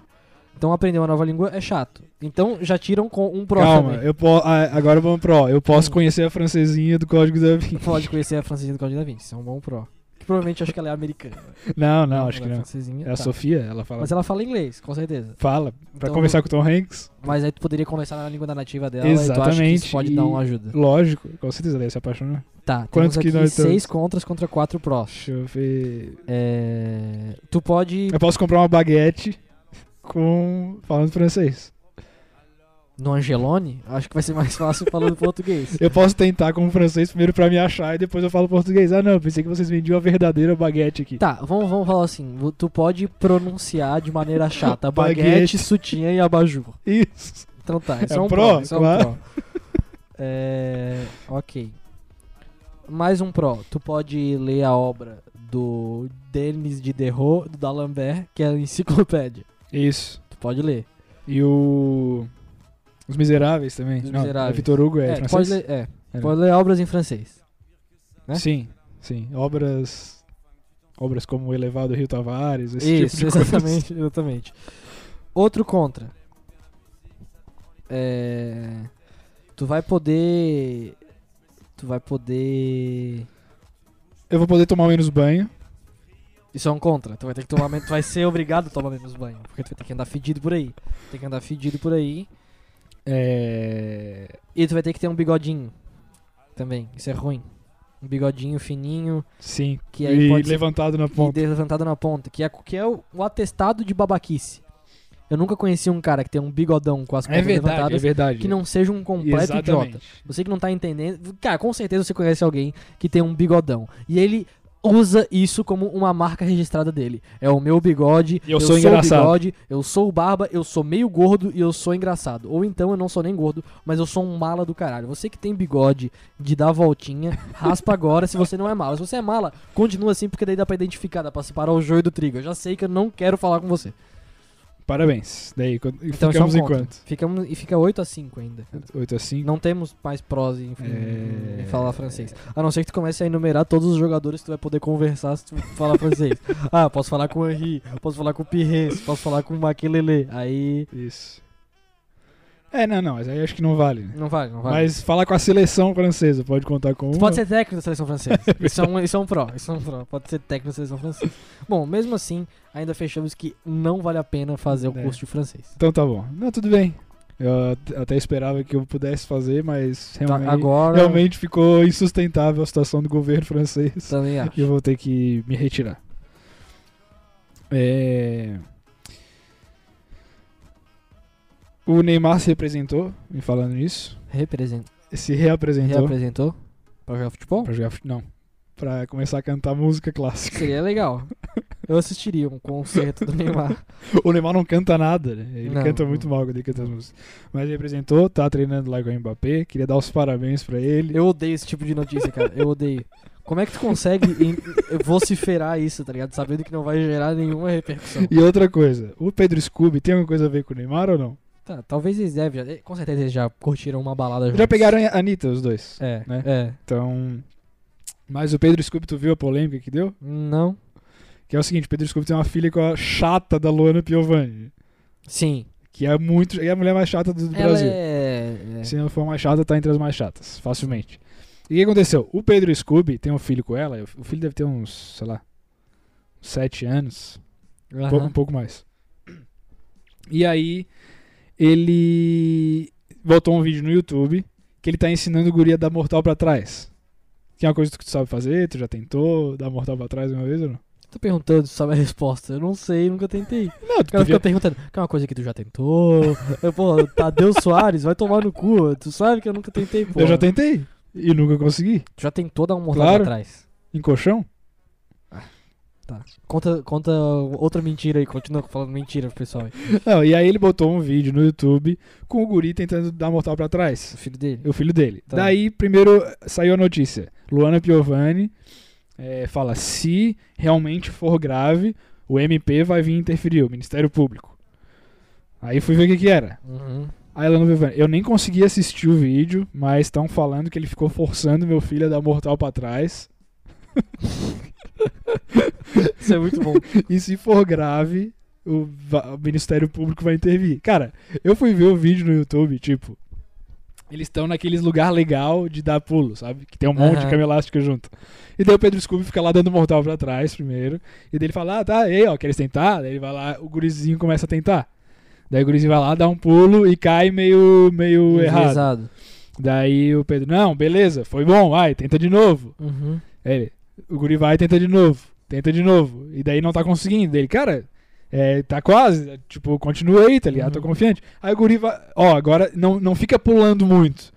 S2: Então aprender uma nova língua é chato. Então já tiram com um pró
S3: Calma,
S2: também.
S3: eu po- ah, agora vamos pro. Eu posso
S2: Hum.
S3: conhecer a francesinha do Código da Vinci.
S2: (laughs) Pode conhecer a francesinha do Código da Vinci, isso é um bom pró. Que provavelmente acho que ela é americana.
S3: Não, não, acho que
S2: ela É
S3: não.
S2: francesinha,
S3: É a
S2: tá.
S3: Sofia, ela fala.
S2: Mas ela fala inglês, com certeza.
S3: Fala. Pra
S2: Então-
S3: conversar com o Tom Hanks?
S2: Mas aí tu poderia conversar na língua da nativa dela e tu acha que
S3: Exatamente,
S2: isso pode
S3: e-
S2: dar uma ajuda.
S3: Lógico, com certeza ela ia se apaixonar.
S2: Tá,
S3: Quantos
S2: temos
S3: que
S2: aqui
S3: nós
S2: seis
S3: estamos?
S2: contras contra quatro prós.
S3: Deixa eu ver.
S2: É, Tu pode...
S3: Eu posso comprar uma baguete com. falando francês.
S2: No Angelone, acho que vai ser mais (laughs) fácil falando português.
S3: Eu posso tentar com o francês primeiro pra me achar e depois eu falo português. Ah, não, pensei que vocês vendiam a verdadeira baguete aqui.
S2: Tá, vamos, vamos falar assim. vo- Tu pode pronunciar de maneira chata baguete,
S3: Baguete.
S2: sutiã e abajur.
S3: Isso.
S2: Então tá, isso
S3: É
S2: é,
S3: um
S2: um
S3: pró,
S2: pró. Isso é
S3: claro.
S2: um pró. É, ok. Mais um pró. Tu pode ler a obra do Denis Diderot, do D'Alembert, que é a enciclopédia.
S3: Isso.
S2: Tu pode ler.
S3: E o. Os Miseráveis também.
S2: Os
S3: Não,
S2: Miseráveis.
S3: É Vitor Hugo, é,
S2: É,
S3: francês?
S2: pode ler, é,
S3: É,
S2: pode ler obras em francês. né?
S3: Sim, sim. Obras. Obras como O Elevado Rio Tavares, esse
S2: Isso,
S3: tipo de coisa.
S2: exatamente, exatamente. Outro contra. É, Tu vai poder. Tu vai poder.
S3: (laughs) Eu vou poder tomar menos banho.
S2: Isso é um contra. Tu vai ter que tomar. men- tu vai ser obrigado a tomar menos banho. Porque tu vai ter que andar fedido por aí. Tem que andar fedido por aí.
S3: É.
S2: E tu vai ter que ter um bigodinho. Também. Isso é ruim. Um bigodinho fininho.
S3: Sim.
S2: Que aí
S3: e
S2: pode ser-
S3: levantado na
S2: e
S3: ponta.
S2: de- levantado na ponta, que é, que é o, o atestado de babaquice. Eu nunca conheci um cara que tem um bigodão com as pontas
S3: É verdade, é
S2: levantadas
S3: verdade.
S2: que não seja um completo idiota.
S3: Exatamente.
S2: Você que não tá entendendo, cara, com certeza você conhece alguém que tem um bigodão e ele usa isso como uma marca registrada dele. É o meu bigode,
S3: E eu sou engraçado.
S2: o bigode, eu sou o barba, eu sou meio gordo e eu sou engraçado. Ou então eu não sou nem gordo, mas eu sou um mala do caralho. Você que tem bigode de dar voltinha,
S3: (laughs)
S2: raspa agora se você não é mala. Se você é mala, continua assim porque daí dá pra identificar, dá pra separar o joio do trigo. Eu já sei que eu não quero falar com você.
S3: Parabéns. Daí, quando... e
S2: Então
S3: ficamos
S2: isso é um
S3: em
S2: contra.
S3: quanto?
S2: Ficamos, e fica 8 a 5 ainda.
S3: 8 a 5.
S2: Não temos mais prose em, em
S3: É.
S2: falar francês. A não ser que tu comece a enumerar todos os jogadores que tu vai poder conversar se tu falar
S3: (laughs)
S2: francês. ah, posso falar com o Henri, posso falar com o Pires, posso falar com o Maquelele. Aí.
S3: Isso. É, não, não, mas aí acho que não vale, né?
S2: Não vale, não vale.
S3: Mas falar com a seleção francesa, pode contar com
S2: Tu
S3: uma.
S2: pode ser técnico da seleção
S3: (laughs)
S2: francesa. Isso é, um, isso é um pró, isso é um pró. Pode ser técnico da seleção francesa. Bom, mesmo assim, ainda fechamos que não vale a pena fazer o
S3: É.
S2: curso de francês.
S3: Então tá bom. Não, tudo bem. Eu at- até esperava que eu pudesse fazer, mas
S2: Tá,
S3: realmente,
S2: agora.
S3: realmente ficou insustentável a situação do governo (laughs) francês.
S2: Também ah, acho.
S3: E eu vou ter que me retirar. É... O Neymar se representou, me falando nisso.
S2: Represent...
S3: Se reapresentou.
S2: Reapresentou pra jogar futebol?
S3: Pra jogar fute- Não. Pra começar a cantar música clássica. (laughs)
S2: Seria legal. Eu assistiria um concerto do Neymar.
S3: O Neymar não canta nada, né? Ele
S2: Não,
S3: canta
S2: não.
S3: muito mal quando ele canta as músicas. Mas ele apresentou, tá treinando lá com o Mbappé. Queria dar os parabéns pra ele.
S2: Eu odeio esse tipo de notícia, cara. Eu odeio. Como é que tu consegue em- vociferar isso, tá ligado? Sabendo que não vai gerar nenhuma repercussão.
S3: E outra coisa, o Pedro Scooby tem alguma coisa a ver com o Neymar ou não?
S2: Tá, talvez eles devem. já- Com certeza eles já curtiram uma balada juntos.
S3: Já pegaram a Anitta, os dois.
S2: É,
S3: né?
S2: é.
S3: Então. Mas o Pedro Scooby, tu viu a polêmica que deu?
S2: Não.
S3: Que é o seguinte: o Pedro Scooby tem uma filha com a chata da Luana Piovani.
S2: Sim.
S3: Que é muito. É a mulher mais chata do, do
S2: Ela
S3: Brasil.
S2: é... é.
S3: Se não for mais chata, tá entre as mais chatas, facilmente. E o que aconteceu? O Pedro Scooby tem um filho com ela, o filho deve ter uns, sei lá, uns sete anos, um pouco-
S2: Aham.
S3: um pouco mais. E aí, ele botou um vídeo no YouTube que ele tá ensinando o guri a dar mortal pra trás. Que é uma coisa que tu sabe fazer, tu já tentou dar mortal pra trás uma vez ou não?
S2: Tô perguntando se sabe a resposta. Eu não sei, nunca tentei.
S3: Não, tu
S2: O cara
S3: podia...
S2: fica perguntando, que é uma coisa que tu já tentou? Eu, Pô, Tadeu Soares, vai tomar no cu. Tu sabe que eu nunca tentei, pô.
S3: Eu já tentei e nunca consegui.
S2: Tu já tentou dar um mortal
S3: Claro.
S2: pra trás?
S3: Em colchão?
S2: Conta, conta outra mentira aí, continua falando mentira pro pessoal aí.
S3: Não, e aí ele botou um vídeo no YouTube com o guri tentando dar mortal pra trás.
S2: O filho dele.
S3: É O filho dele.
S2: Tá.
S3: Daí, primeiro saiu a notícia. Luana Piovani eh, fala: se realmente for grave, o MP vai vir interferir, o Ministério Público. Aí fui ver o que, que era.
S2: Uhum.
S3: Aí Luana Piovani, eu nem consegui assistir o vídeo, mas estão falando que ele ficou forçando meu filho a dar mortal pra trás.
S2: Isso é
S3: (laughs)
S2: muito bom.
S3: E se for grave, o, va- o Ministério Público vai intervir. Cara, eu fui ver o vídeo no YouTube, tipo. Eles estão naqueles lugar legal de dar pulo, sabe? Que tem um monte de
S2: Aham.
S3: cama elástica junto. E daí o Pedro Scooby fica lá dando mortal pra trás primeiro. E daí ele fala, ah, tá, e aí, ó, queres tentar? Daí ele vai lá, o gurizinho começa a tentar. Daí o gurizinho vai lá, dá um pulo e cai meio, meio errado.
S2: Enviesado.
S3: Daí o Pedro, não, beleza, foi bom, vai, tenta de novo.
S2: Uhum.
S3: Aí ele, o guri vai e tenta de novo, tenta de novo. E daí não tá conseguindo. Daí ele, cara, é, tá quase. é, Tipo, continua aí, tá ligado? Tô
S2: Uhum.
S3: confiante. Aí o guri vai, ó, agora não, não fica pulando muito.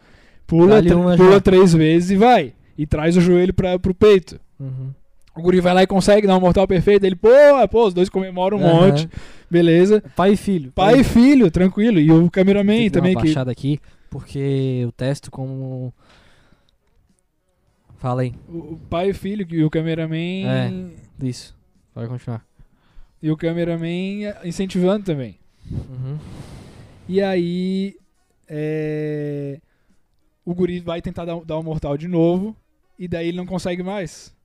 S3: Pula,
S2: Dá-lhe
S3: tr-
S2: uma
S3: pula
S2: já.
S3: três vezes e vai. E traz o joelho pra, pro peito.
S2: Uhum.
S3: O guri vai lá e consegue dar um mortal perfeito. Daí ele, pô, pô, os dois comemoram um
S2: Aham.
S3: monte. Beleza.
S2: Pai e filho.
S3: Pai e filho, tranquilo. E o cameraman
S2: Tem que dar
S3: também
S2: uma
S3: que.
S2: baixada aqui, porque eu testo como... Fala aí,
S3: O o pai e filho, que o cameraman.
S2: É. isso. Vai continuar.
S3: E o cameraman incentivando também.
S2: Uhum.
S3: E aí. é, O guri vai tentar dar, dar um mortal de novo. E daí ele não consegue mais.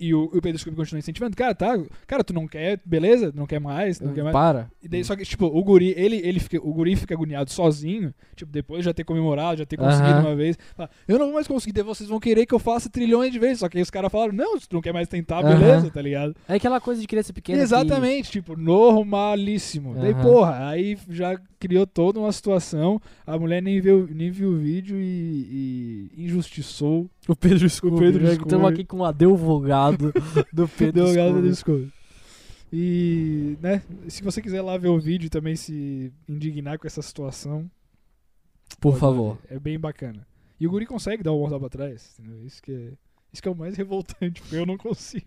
S3: E o, e o Pedro Scooby continua incentivando. Cara, tá. Cara, tu não quer, beleza? Não quer mais,
S2: É,
S3: não quer mais.
S2: Para.
S3: E daí, só que, tipo, o guri, ele, ele fica, o guri fica agoniado sozinho, tipo, depois de já ter comemorado, já ter conseguido
S2: Aham.
S3: uma vez. Fala, eu não vou mais conseguir, daí vocês vão querer que eu faça trilhões de vezes. Só que aí os caras falaram, não, se tu não quer mais tentar,
S2: Aham.
S3: beleza, tá ligado?
S2: É aquela coisa de criança pequena. que-
S3: Exatamente, tipo, normalíssimo. Daí,
S2: Aham.
S3: porra, aí já criou toda uma situação, a mulher nem viu, nem viu o vídeo e, e injustiçou
S2: O Pedro Scooby.
S3: Pedro
S2: né?
S3: Scooby.
S2: Estamos aqui com o
S3: (laughs)
S2: advogado do Pedro
S3: Deu galera
S2: Scooby.
S3: do Scooby. E, né, se você quiser lá ver o vídeo e também se indignar com essa situação,
S2: Por
S3: Pode
S2: favor.
S3: ver. É bem bacana. E o Guri consegue dar o mortal pra trás. entendeu? Isso que é, isso que é o mais revoltante, porque eu não consigo.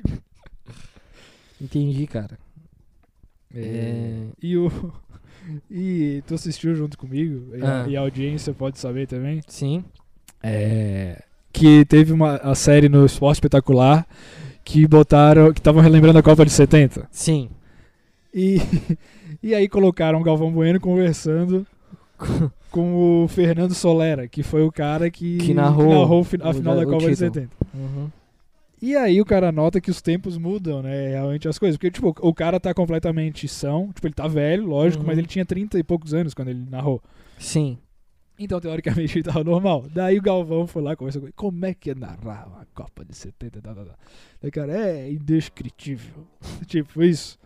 S2: Entendi, cara. É.
S3: E o. (laughs) E tu assistiu junto comigo, e, a,
S2: Ah.
S3: e a audiência pode saber também.
S2: Sim.
S3: É. Que teve uma a série no Esporte Espetacular que botaram. que estavam relembrando a Copa de 70.
S2: Sim.
S3: E, (laughs) e aí colocaram o Galvão
S2: (laughs)
S3: Bueno conversando com o Fernando Solera, que foi o cara que,
S2: Que narrou
S3: o fi- a
S2: o-
S3: final da
S2: o
S3: Copa de
S2: título.
S3: 70.
S2: Uhum.
S3: E aí o cara nota que os tempos mudam, né? Realmente as coisas. Porque, tipo, o cara tá completamente são. Tipo, ele tá velho, lógico,
S2: Uhum.
S3: mas ele tinha 30 e poucos anos quando ele narrou.
S2: Sim.
S3: Então, teoricamente, (laughs) ele tava normal. Daí o Galvão foi lá e conversou com ele. Como é que é narrar uma Copa de 70? Tá, tá, tá. Daí, o cara, é indescritível. (laughs) tipo, isso.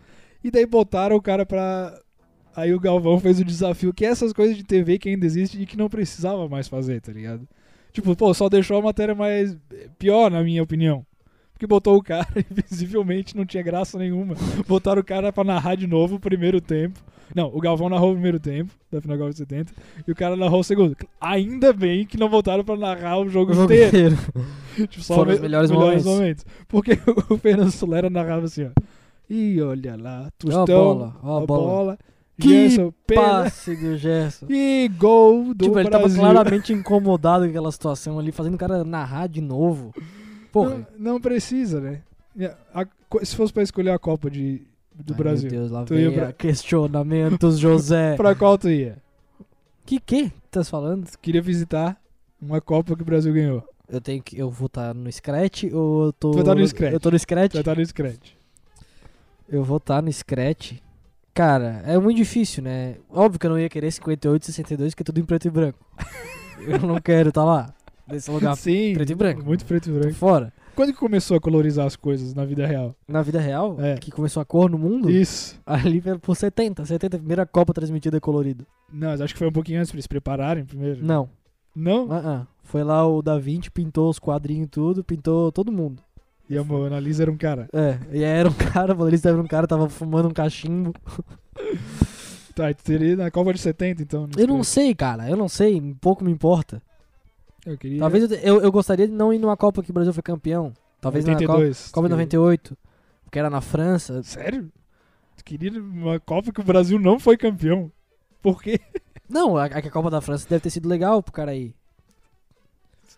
S3: E daí botaram o cara pra... Aí o Galvão fez o desafio que é essas coisas de TV que ainda existe e que não precisava mais fazer, tá ligado? Tipo, pô, só deixou a matéria mais eh, pior, na minha opinião. Porque botou o cara (laughs) e visivelmente não tinha graça nenhuma. Botaram o cara pra narrar de novo o primeiro tempo. Não, o Galvão narrou o primeiro tempo da final da Copa de 70 e o cara narrou o segundo. Ainda bem que não voltaram pra narrar o jogo
S2: O jogo
S3: inteiro.
S2: inteiro.
S3: (laughs) Tipo, só
S2: Foram
S3: me-
S2: os melhores momentos.
S3: Porque (laughs) o Fernando Solera narrava assim, ó. Ih, olha lá,
S2: Ó
S3: Tostão,
S2: a bola. Ó
S3: a
S2: a bola. Que
S3: Gerson, Pelé
S2: Passe do Gerson.
S3: e gol do
S2: tipo, ele tava
S3: Brasil.
S2: claramente incomodado com aquela situação ali, fazendo o cara narrar de novo. Porra.
S3: Não, não precisa, né? A- a- se fosse pra escolher a Copa de, do
S2: Ai,
S3: Brasil,
S2: Meu Deus, É. lá
S3: Tu ia
S2: vem
S3: pra-
S2: a
S3: (laughs)
S2: questionamentos, José.
S3: pra qual tu ia?
S2: Que que tu tá falando?
S3: Queria visitar uma Copa que o Brasil ganhou.
S2: Eu tenho que. Eu vou estar no Scratch ou eu tô.
S3: Tu vai tá no Scratch.
S2: Eu tô no Scratch?
S3: Já tá no scratch.
S2: Eu vou estar no Scratch. Cara, é muito difícil, né? Óbvio que eu não ia querer 58, 62, que é tudo em preto e branco. (laughs) eu não quero tá lá, nesse lugar
S3: (laughs) Sim,
S2: preto e branco.
S3: muito preto e
S2: Tô
S3: branco.
S2: fora.
S3: Quando que começou a colorizar as coisas na vida real?
S2: Na vida real,
S3: É.
S2: que começou a cor no mundo,
S3: Isso.
S2: ali era por 70. 70, a primeira Copa transmitida colorido.
S3: Não, mas acho que foi um pouquinho antes pra eles se prepararem primeiro.
S2: Não,
S3: Não?
S2: ah, ah. foi lá o Da Vinci, pintou os quadrinhos e tudo, pintou todo mundo.
S3: E a Mona Lisa era um cara.
S2: É, e aí era um (laughs) cara, o motorista era um cara, tava fumando um cachimbo.
S3: Tá, e tu teria ido na Copa de 70, então. no
S2: Eu não
S3: Scratch.
S2: sei, cara, eu não sei, pouco me importa.
S3: Eu queria.
S2: Talvez eu, eu, eu gostaria de não ir numa Copa que o Brasil foi campeão. Talvez na Copa,
S3: 82.
S2: Copa
S3: Tu queria-
S2: 98, porque era na França.
S3: Sério? Tu queria uma Copa que o Brasil não foi campeão? Por quê? (laughs)
S2: Não, a, a Copa da França deve ter sido legal pro cara aí.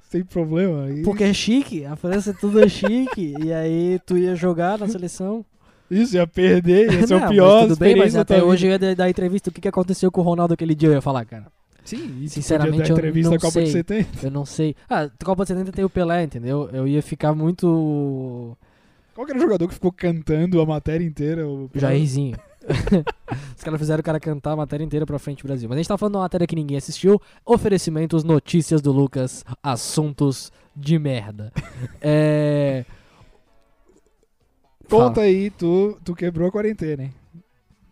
S3: Sem problema. aí.
S2: Porque é chique, a França tudo é chique. (laughs) e aí tu ia jogar na seleção.
S3: Isso, ia perder,
S2: (laughs)
S3: ia ser
S2: Não,
S3: é o pior.
S2: mas tudo bem, mas
S3: experiência da
S2: até
S3: tua
S2: hoje
S3: vida.
S2: eu ia dar- dar entrevista. O que, que aconteceu com o Ronaldo aquele dia? Eu ia falar, cara.
S3: Sim, e
S2: sinceramente,
S3: tu podia
S2: eu
S3: dar entrevista
S2: não
S3: à Copa de
S2: sei.
S3: 70.
S2: Eu não sei. Ah, Copa de 70 tem o Pelé, entendeu? Eu ia ficar muito.
S3: Qual que era o jogador que ficou cantando a matéria inteira? O... (laughs)
S2: Jairzinho. Os caras fizeram o cara cantar a matéria inteira pra frente do Brasil. Mas a gente tá falando de uma matéria que ninguém assistiu. Oferecimentos, notícias do Lucas, assuntos de
S3: (laughs)
S2: merda. É.
S3: Conta
S2: Fala.
S3: aí, tu, tu quebrou a quarentena, hein?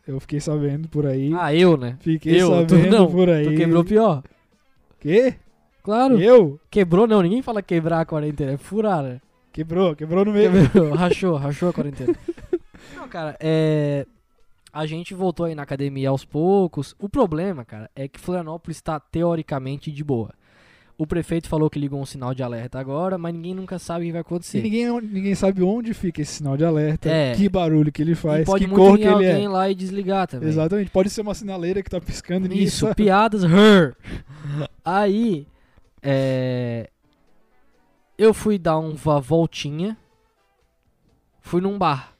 S3: Eu fiquei sabendo por aí.
S2: Ah, eu, né?
S3: fiquei
S2: eu, tu
S3: sabendo
S2: não,
S3: por aí.
S2: Tu quebrou pior.
S3: Quê?
S2: Claro.
S3: Eu?
S2: Quebrou não, ninguém fala quebrar a quarentena, é furar, né?
S3: Quebrou, quebrou no meio.
S2: Quebrou, rachou, rachou a quarentena. (laughs) Não, cara, é. A gente voltou aí na academia aos poucos. O problema, cara, é que Florianópolis tá teoricamente de boa. O prefeito falou que ligou um sinal de alerta agora, mas ninguém nunca sabe o que vai
S3: E
S2: acontecer.
S3: ninguém, ninguém sabe onde fica esse sinal de alerta,
S2: É.
S3: que barulho que ele
S2: E
S3: faz,
S2: pode
S3: que
S2: muito
S3: cor
S2: ir
S3: que ele
S2: alguém
S3: é.
S2: lá e desligar também.
S3: Exatamente, pode ser uma sinaleira que tá piscando e ninguém (laughs)
S2: Isso,
S3: sabe.
S2: piadas, her. Aí, é, eu fui dar uma voltinha, fui num bar,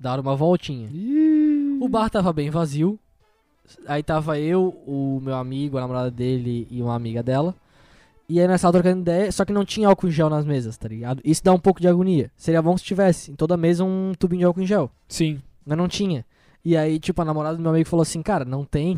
S2: dar uma voltinha.
S3: Ih,
S2: O bar tava bem vazio, Aí tava eu, o meu amigo, a namorada dele e uma amiga dela. E aí nós tava trocando ideia, só que não tinha álcool em gel nas mesas, tá ligado? Isso dá um pouco de agonia. Seria bom se tivesse em toda mesa um tubinho de álcool em gel,
S3: Sim.
S2: mas não tinha. E aí, tipo, a namorada do meu amigo falou assim: Cara, não tem.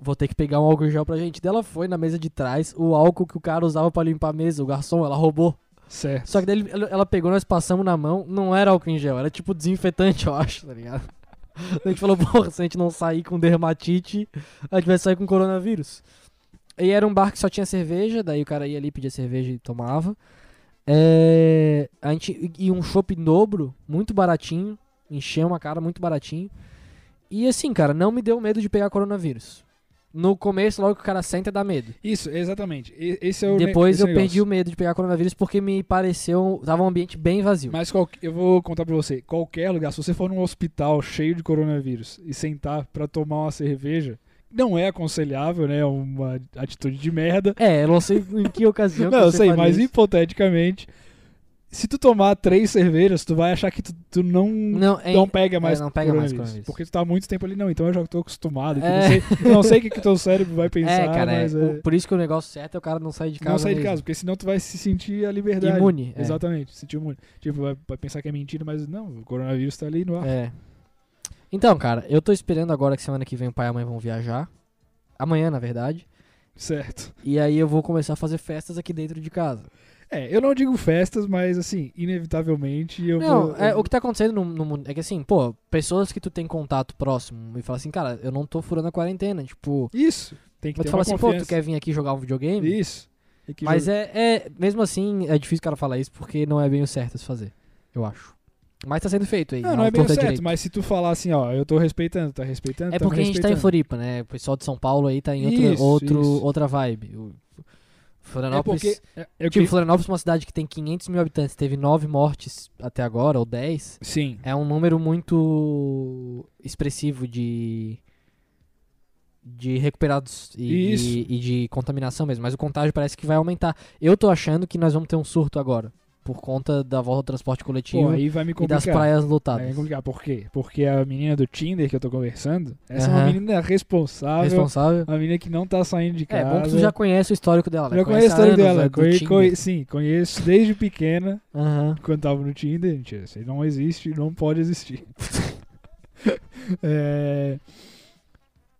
S2: Vou ter que pegar um álcool em gel pra gente. Daí ela foi na mesa de trás, o álcool que o cara usava pra limpar a mesa, o garçom, ela roubou.
S3: Certo.
S2: Só que daí ele- ela ela pegou, nós passamos na mão, não era álcool em gel, era tipo desinfetante, eu acho, tá ligado? (laughs) A gente falou, porra, se a gente não sair com dermatite, a gente vai sair com coronavírus. E era um bar que só tinha cerveja, daí o cara ia ali, pedia cerveja e tomava. É, a gente, e um chopp dobro, muito baratinho, encheu uma cara, muito baratinho. E assim, cara, não me deu medo de pegar coronavírus. No começo, logo que o cara senta, dá medo.
S3: Isso, exatamente. E- Esse é o ne-
S2: Depois
S3: esse
S2: eu
S3: negócio.
S2: perdi o medo de pegar coronavírus porque me pareceu. Tava um ambiente bem vazio.
S3: Mas qual- eu vou contar pra você, qualquer lugar, se você for num hospital cheio de coronavírus e sentar pra tomar uma cerveja, não é aconselhável, né? É uma atitude de merda.
S2: É, eu não sei em que
S3: (laughs)
S2: ocasião. que
S3: Não, eu
S2: você
S3: sei,
S2: faria
S3: mas
S2: isso.
S3: hipoteticamente, se tu tomar três cervejas, tu vai achar que tu, tu não, não,
S2: Não, é,
S3: pega mais
S2: é, não pega mais
S3: coronavírus,
S2: coronavírus.
S3: Porque tu tá há muito tempo ali, não, então eu já tô acostumado. que
S2: (laughs)
S3: eu
S2: É.
S3: Não sei, eu não sei o que, que teu cérebro vai pensar,
S2: (laughs) é, cara, é.
S3: mas é,
S2: O- por isso que o negócio certo é o cara não sair de casa.
S3: não sair de
S2: mesmo.
S3: casa, porque senão tu vai se sentir a liberdade.
S2: Imune. é.
S3: Exatamente, se sentir imune. Tipo, vai, vai pensar que é mentira, mas não, o coronavírus tá ali no ar.
S2: É. Então, cara, eu tô esperando agora que semana que vem o pai e a mãe vão viajar. Amanhã, na verdade.
S3: Certo.
S2: E aí eu vou começar a fazer festas aqui dentro de casa.
S3: É, eu não digo festas, mas assim, inevitavelmente eu
S2: não,
S3: vou.
S2: é,
S3: eu-
S2: o que tá acontecendo no, no mundo é que assim, pô, pessoas que tu tem contato próximo e fala assim, cara, eu não tô furando a quarentena. Tipo,
S3: Isso. Tem que
S2: mas
S3: ter
S2: tu fala
S3: uma
S2: assim, pô, tu
S3: confiança.
S2: quer vir aqui jogar um videogame?
S3: Isso. Tem que
S2: Mas
S3: jogar.
S2: é, é- mesmo assim, é difícil o cara falar isso porque não é bem o certo a se fazer, eu acho. Mas tá sendo feito aí.
S3: Não, não é bem o certo, mas se tu falar assim, ó, eu tô respeitando, tá respeitando,
S2: É
S3: tamo
S2: porque a gente tá em
S3: respeitando.
S2: Floripa, né? O pessoal de São Paulo aí tá em outro,
S3: Isso,
S2: outro-
S3: isso.
S2: outra vibe. O Florianópolis.
S3: É porque. é- é o
S2: Tipo,
S3: que-
S2: Florianópolis é uma cidade que tem 500 mil habitantes, teve 9 mortes até agora, ou 10.
S3: Sim.
S2: É um número muito expressivo de. De recuperados e,
S3: Isso.
S2: e- e de contaminação mesmo. Mas o contágio parece que vai aumentar. Eu tô achando que nós vamos ter um surto agora. Por conta da volta ao transporte
S3: Pô,
S2: coletivo
S3: aí é vai me
S2: e das
S3: complicar.
S2: praias
S3: Vai me
S2: lotadas.
S3: complicar. Por quê? Porque a menina do Tinder que eu tô conversando, essa é uma
S2: Aham.
S3: menina responsável,
S2: Responsável.
S3: uma menina que não tá saindo de
S2: É,
S3: casa.
S2: bom que tu já conhece o histórico dela, né?
S3: Já
S2: Conhece
S3: conheço a história
S2: há anos,
S3: dela.
S2: né, do
S3: Conhe-
S2: Tinder.
S3: conhe- sim, conheço desde pequena,
S2: Aham.
S3: quando tava no Tinder. Mentira, isso aí não existe, não pode existir. (laughs) É,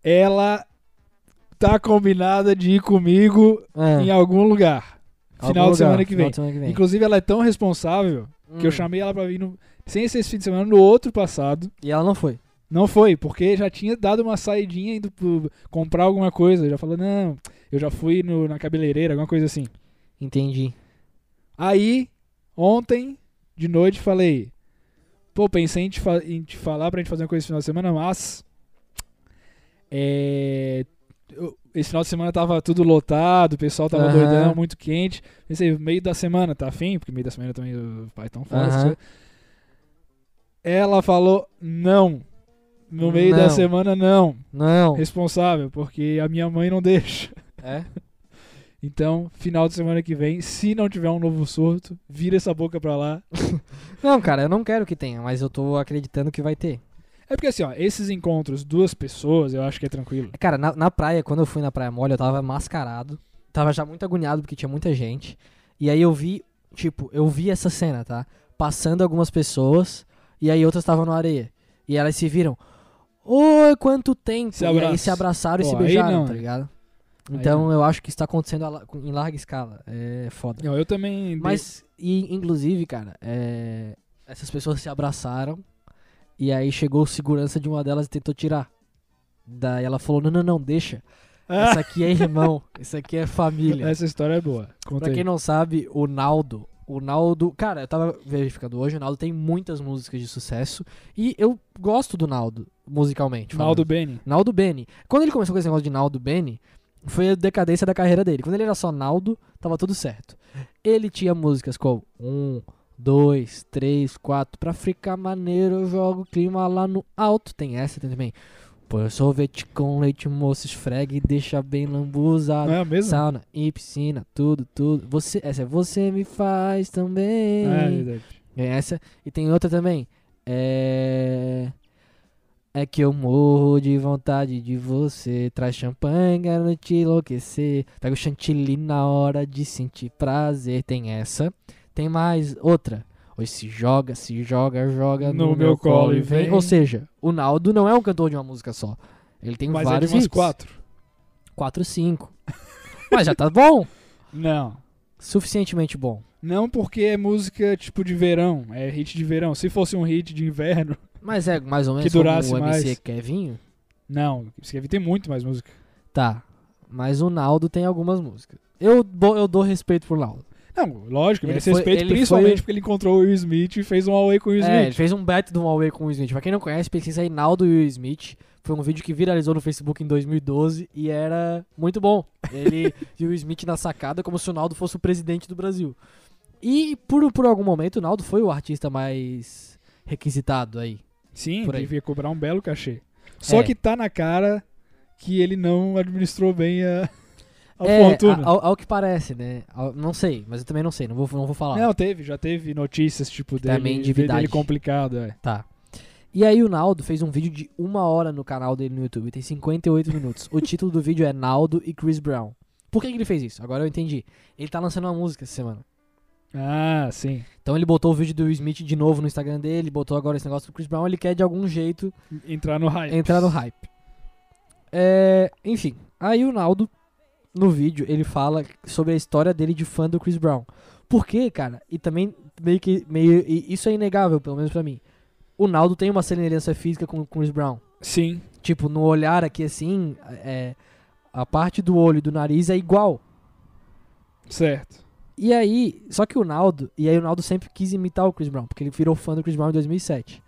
S3: Ela tá combinada de ir comigo
S2: Ah,
S3: em algum lugar.
S2: É, algum
S3: Final de semana que
S2: final
S3: vem.
S2: de semana que vem.
S3: Inclusive, ela é tão responsável que eu
S2: Hum.
S3: chamei ela pra vir no- sem ser esse fim de semana, no outro passado.
S2: E ela não foi.
S3: Não foi, porque já tinha dado uma saidinha indo pro- comprar alguma coisa. Já falou, não, eu já fui no- na cabeleireira, alguma coisa assim.
S2: Entendi.
S3: Aí, ontem, de noite, falei. Pô, pensei em te, fa- em te falar pra gente fazer uma coisa esse final de semana, mas. É. eu- Esse final de semana tava tudo lotado, o pessoal tava
S2: Aham.
S3: doidão, muito quente. Pensei, meio da semana, tá afim? Porque meio da semana também o pai é tão fora.
S2: Aham.
S3: essas coisas. Ela falou, não. No meio da
S2: Não.
S3: semana, não.
S2: Não.
S3: Responsável, porque a minha mãe não deixa.
S2: É?
S3: Então, final de semana que vem, se não tiver um novo surto, vira essa boca pra lá.
S2: Não, cara, eu não quero que tenha, mas eu tô acreditando que vai ter.
S3: É porque assim, ó, esses encontros, duas pessoas, eu acho que é tranquilo.
S2: Cara, na, na praia, quando eu fui na Praia Mole, eu tava mascarado. Tava já muito agoniado porque tinha muita gente. E aí eu vi, tipo, eu vi essa cena, tá? Passando algumas pessoas e aí outras estavam na areia. E elas se viram. Oi, quanto tempo!
S3: Se
S2: e
S3: abraça.
S2: aí se abraçaram e
S3: Pô,
S2: se
S3: aí
S2: beijaram,
S3: não,
S2: tá
S3: né?
S2: ligado?
S3: Aí
S2: Então eu acho que isso tá acontecendo a la- em larga escala. É foda.
S3: Não, eu também.
S2: Mas, e, inclusive, cara, é, essas pessoas se abraçaram e aí chegou o segurança de uma delas e tentou tirar. Daí ela falou: não, não, não,
S3: (laughs)
S2: deixa.
S3: (laughs) Ah,
S2: Isso aqui é irmão, isso aqui é família.
S3: essa história é boa. Conta
S2: Pra
S3: aí.
S2: quem não sabe, o Naldo. O Naldo. Cara, eu tava verificando hoje, o Naldo tem muitas músicas de sucesso. E eu gosto do Naldo, musicalmente. falando.
S3: Naldo Beni.
S2: Naldo Beni. Quando ele começou com esse negócio de Naldo Beni, foi a decadência da carreira dele. Quando ele era só Naldo, tava tudo certo. Ele tinha músicas como um, dois, três, quatro. Pra ficar maneiro, eu jogo o clima lá no alto. Tem essa tem também. Põe sorvete com leite, moço, esfregue e deixa bem
S3: Não
S2: lambuzado.
S3: é a mesma?
S2: Sauna e piscina, tudo, tudo. Você, essa é você me faz também.
S3: É, Ah, é verdade.
S2: Tem essa. E tem outra também. É. É que eu morro de vontade de você. Traz champanhe, garanto te enlouquecer. Pega o chantilly na hora de sentir prazer. Tem essa, tem mais outra. Hoje se joga, se joga, joga
S3: No meu colo e vem.
S2: Ou seja, o Naldo não é um cantor de uma música só. Ele tem
S3: Mas é de
S2: vários
S3: umas
S2: hits.
S3: quatro.
S2: 4 5. Mas já tá bom.
S3: Não.
S2: Suficientemente bom.
S3: Não porque é música tipo de verão, é hit de verão. Se fosse um hit de inverno, (laughs)
S2: Mas é mais ou menos
S3: Que durasse
S2: como o MC
S3: mais.
S2: Kevinho.
S3: não. Escreve tem muito mais música.
S2: Tá. Mas o Naldo tem algumas músicas. Eu, dou- eu dou respeito pro Naldo.
S3: Não, lógico,
S2: Ele
S3: merece
S2: foi-
S3: respeito,
S2: ele
S3: principalmente
S2: foi-
S3: porque ele encontrou o Will Smith e fez um away com o Will
S2: É, ele
S3: Smith.
S2: fez um bet do Huawei com o Will Smith. Pra quem não conhece, pesquisa aí Naldo e Will Smith. Foi um vídeo que viralizou no Facebook em 2012 e era muito bom. (laughs) Ele e o Will Smith na sacada como se o Naldo fosse o presidente do Brasil. E por, por algum momento o Naldo foi o artista mais requisitado aí.
S3: Sim,
S2: por aí.
S3: devia cobrar um belo cachê. Só
S2: É.
S3: que tá na cara que ele não administrou bem a, a
S2: é,
S3: fortuna.
S2: a- Ao, ao que parece, né? Ao- não sei, mas eu também não sei, não vou, não vou falar.
S3: Não, teve, já teve notícias tipo
S2: Tá meio
S3: dele,
S2: endividado.
S3: dele complicado, é.
S2: Tá. E aí o Naldo fez um vídeo de uma hora no canal dele no YouTube, tem 58 minutos. O título do vídeo é Naldo e Chris Brown. Por que, que ele fez isso? Agora eu entendi. Ele tá lançando uma música essa semana.
S3: Ah, sim.
S2: Então ele botou o vídeo do Will Smith de novo no Instagram dele, botou agora esse negócio do Chris Brown, ele quer de algum jeito
S3: Entrar no hype.
S2: entrar no hype. É, enfim, aí o Naldo, no vídeo, ele fala sobre a história dele de fã do Chris Brown. Por quê, cara? E também, meio que. Meio, e isso é inegável, pelo menos pra mim. O Naldo tem uma semelhança física com com o Chris Brown.
S3: Sim.
S2: Tipo, no olhar aqui assim, é, a parte do olho e do nariz é igual.
S3: Certo.
S2: E aí, só que o Naldo, e aí o Naldo sempre quis imitar o Chris Brown, porque ele virou fã do Chris Brown em 2007.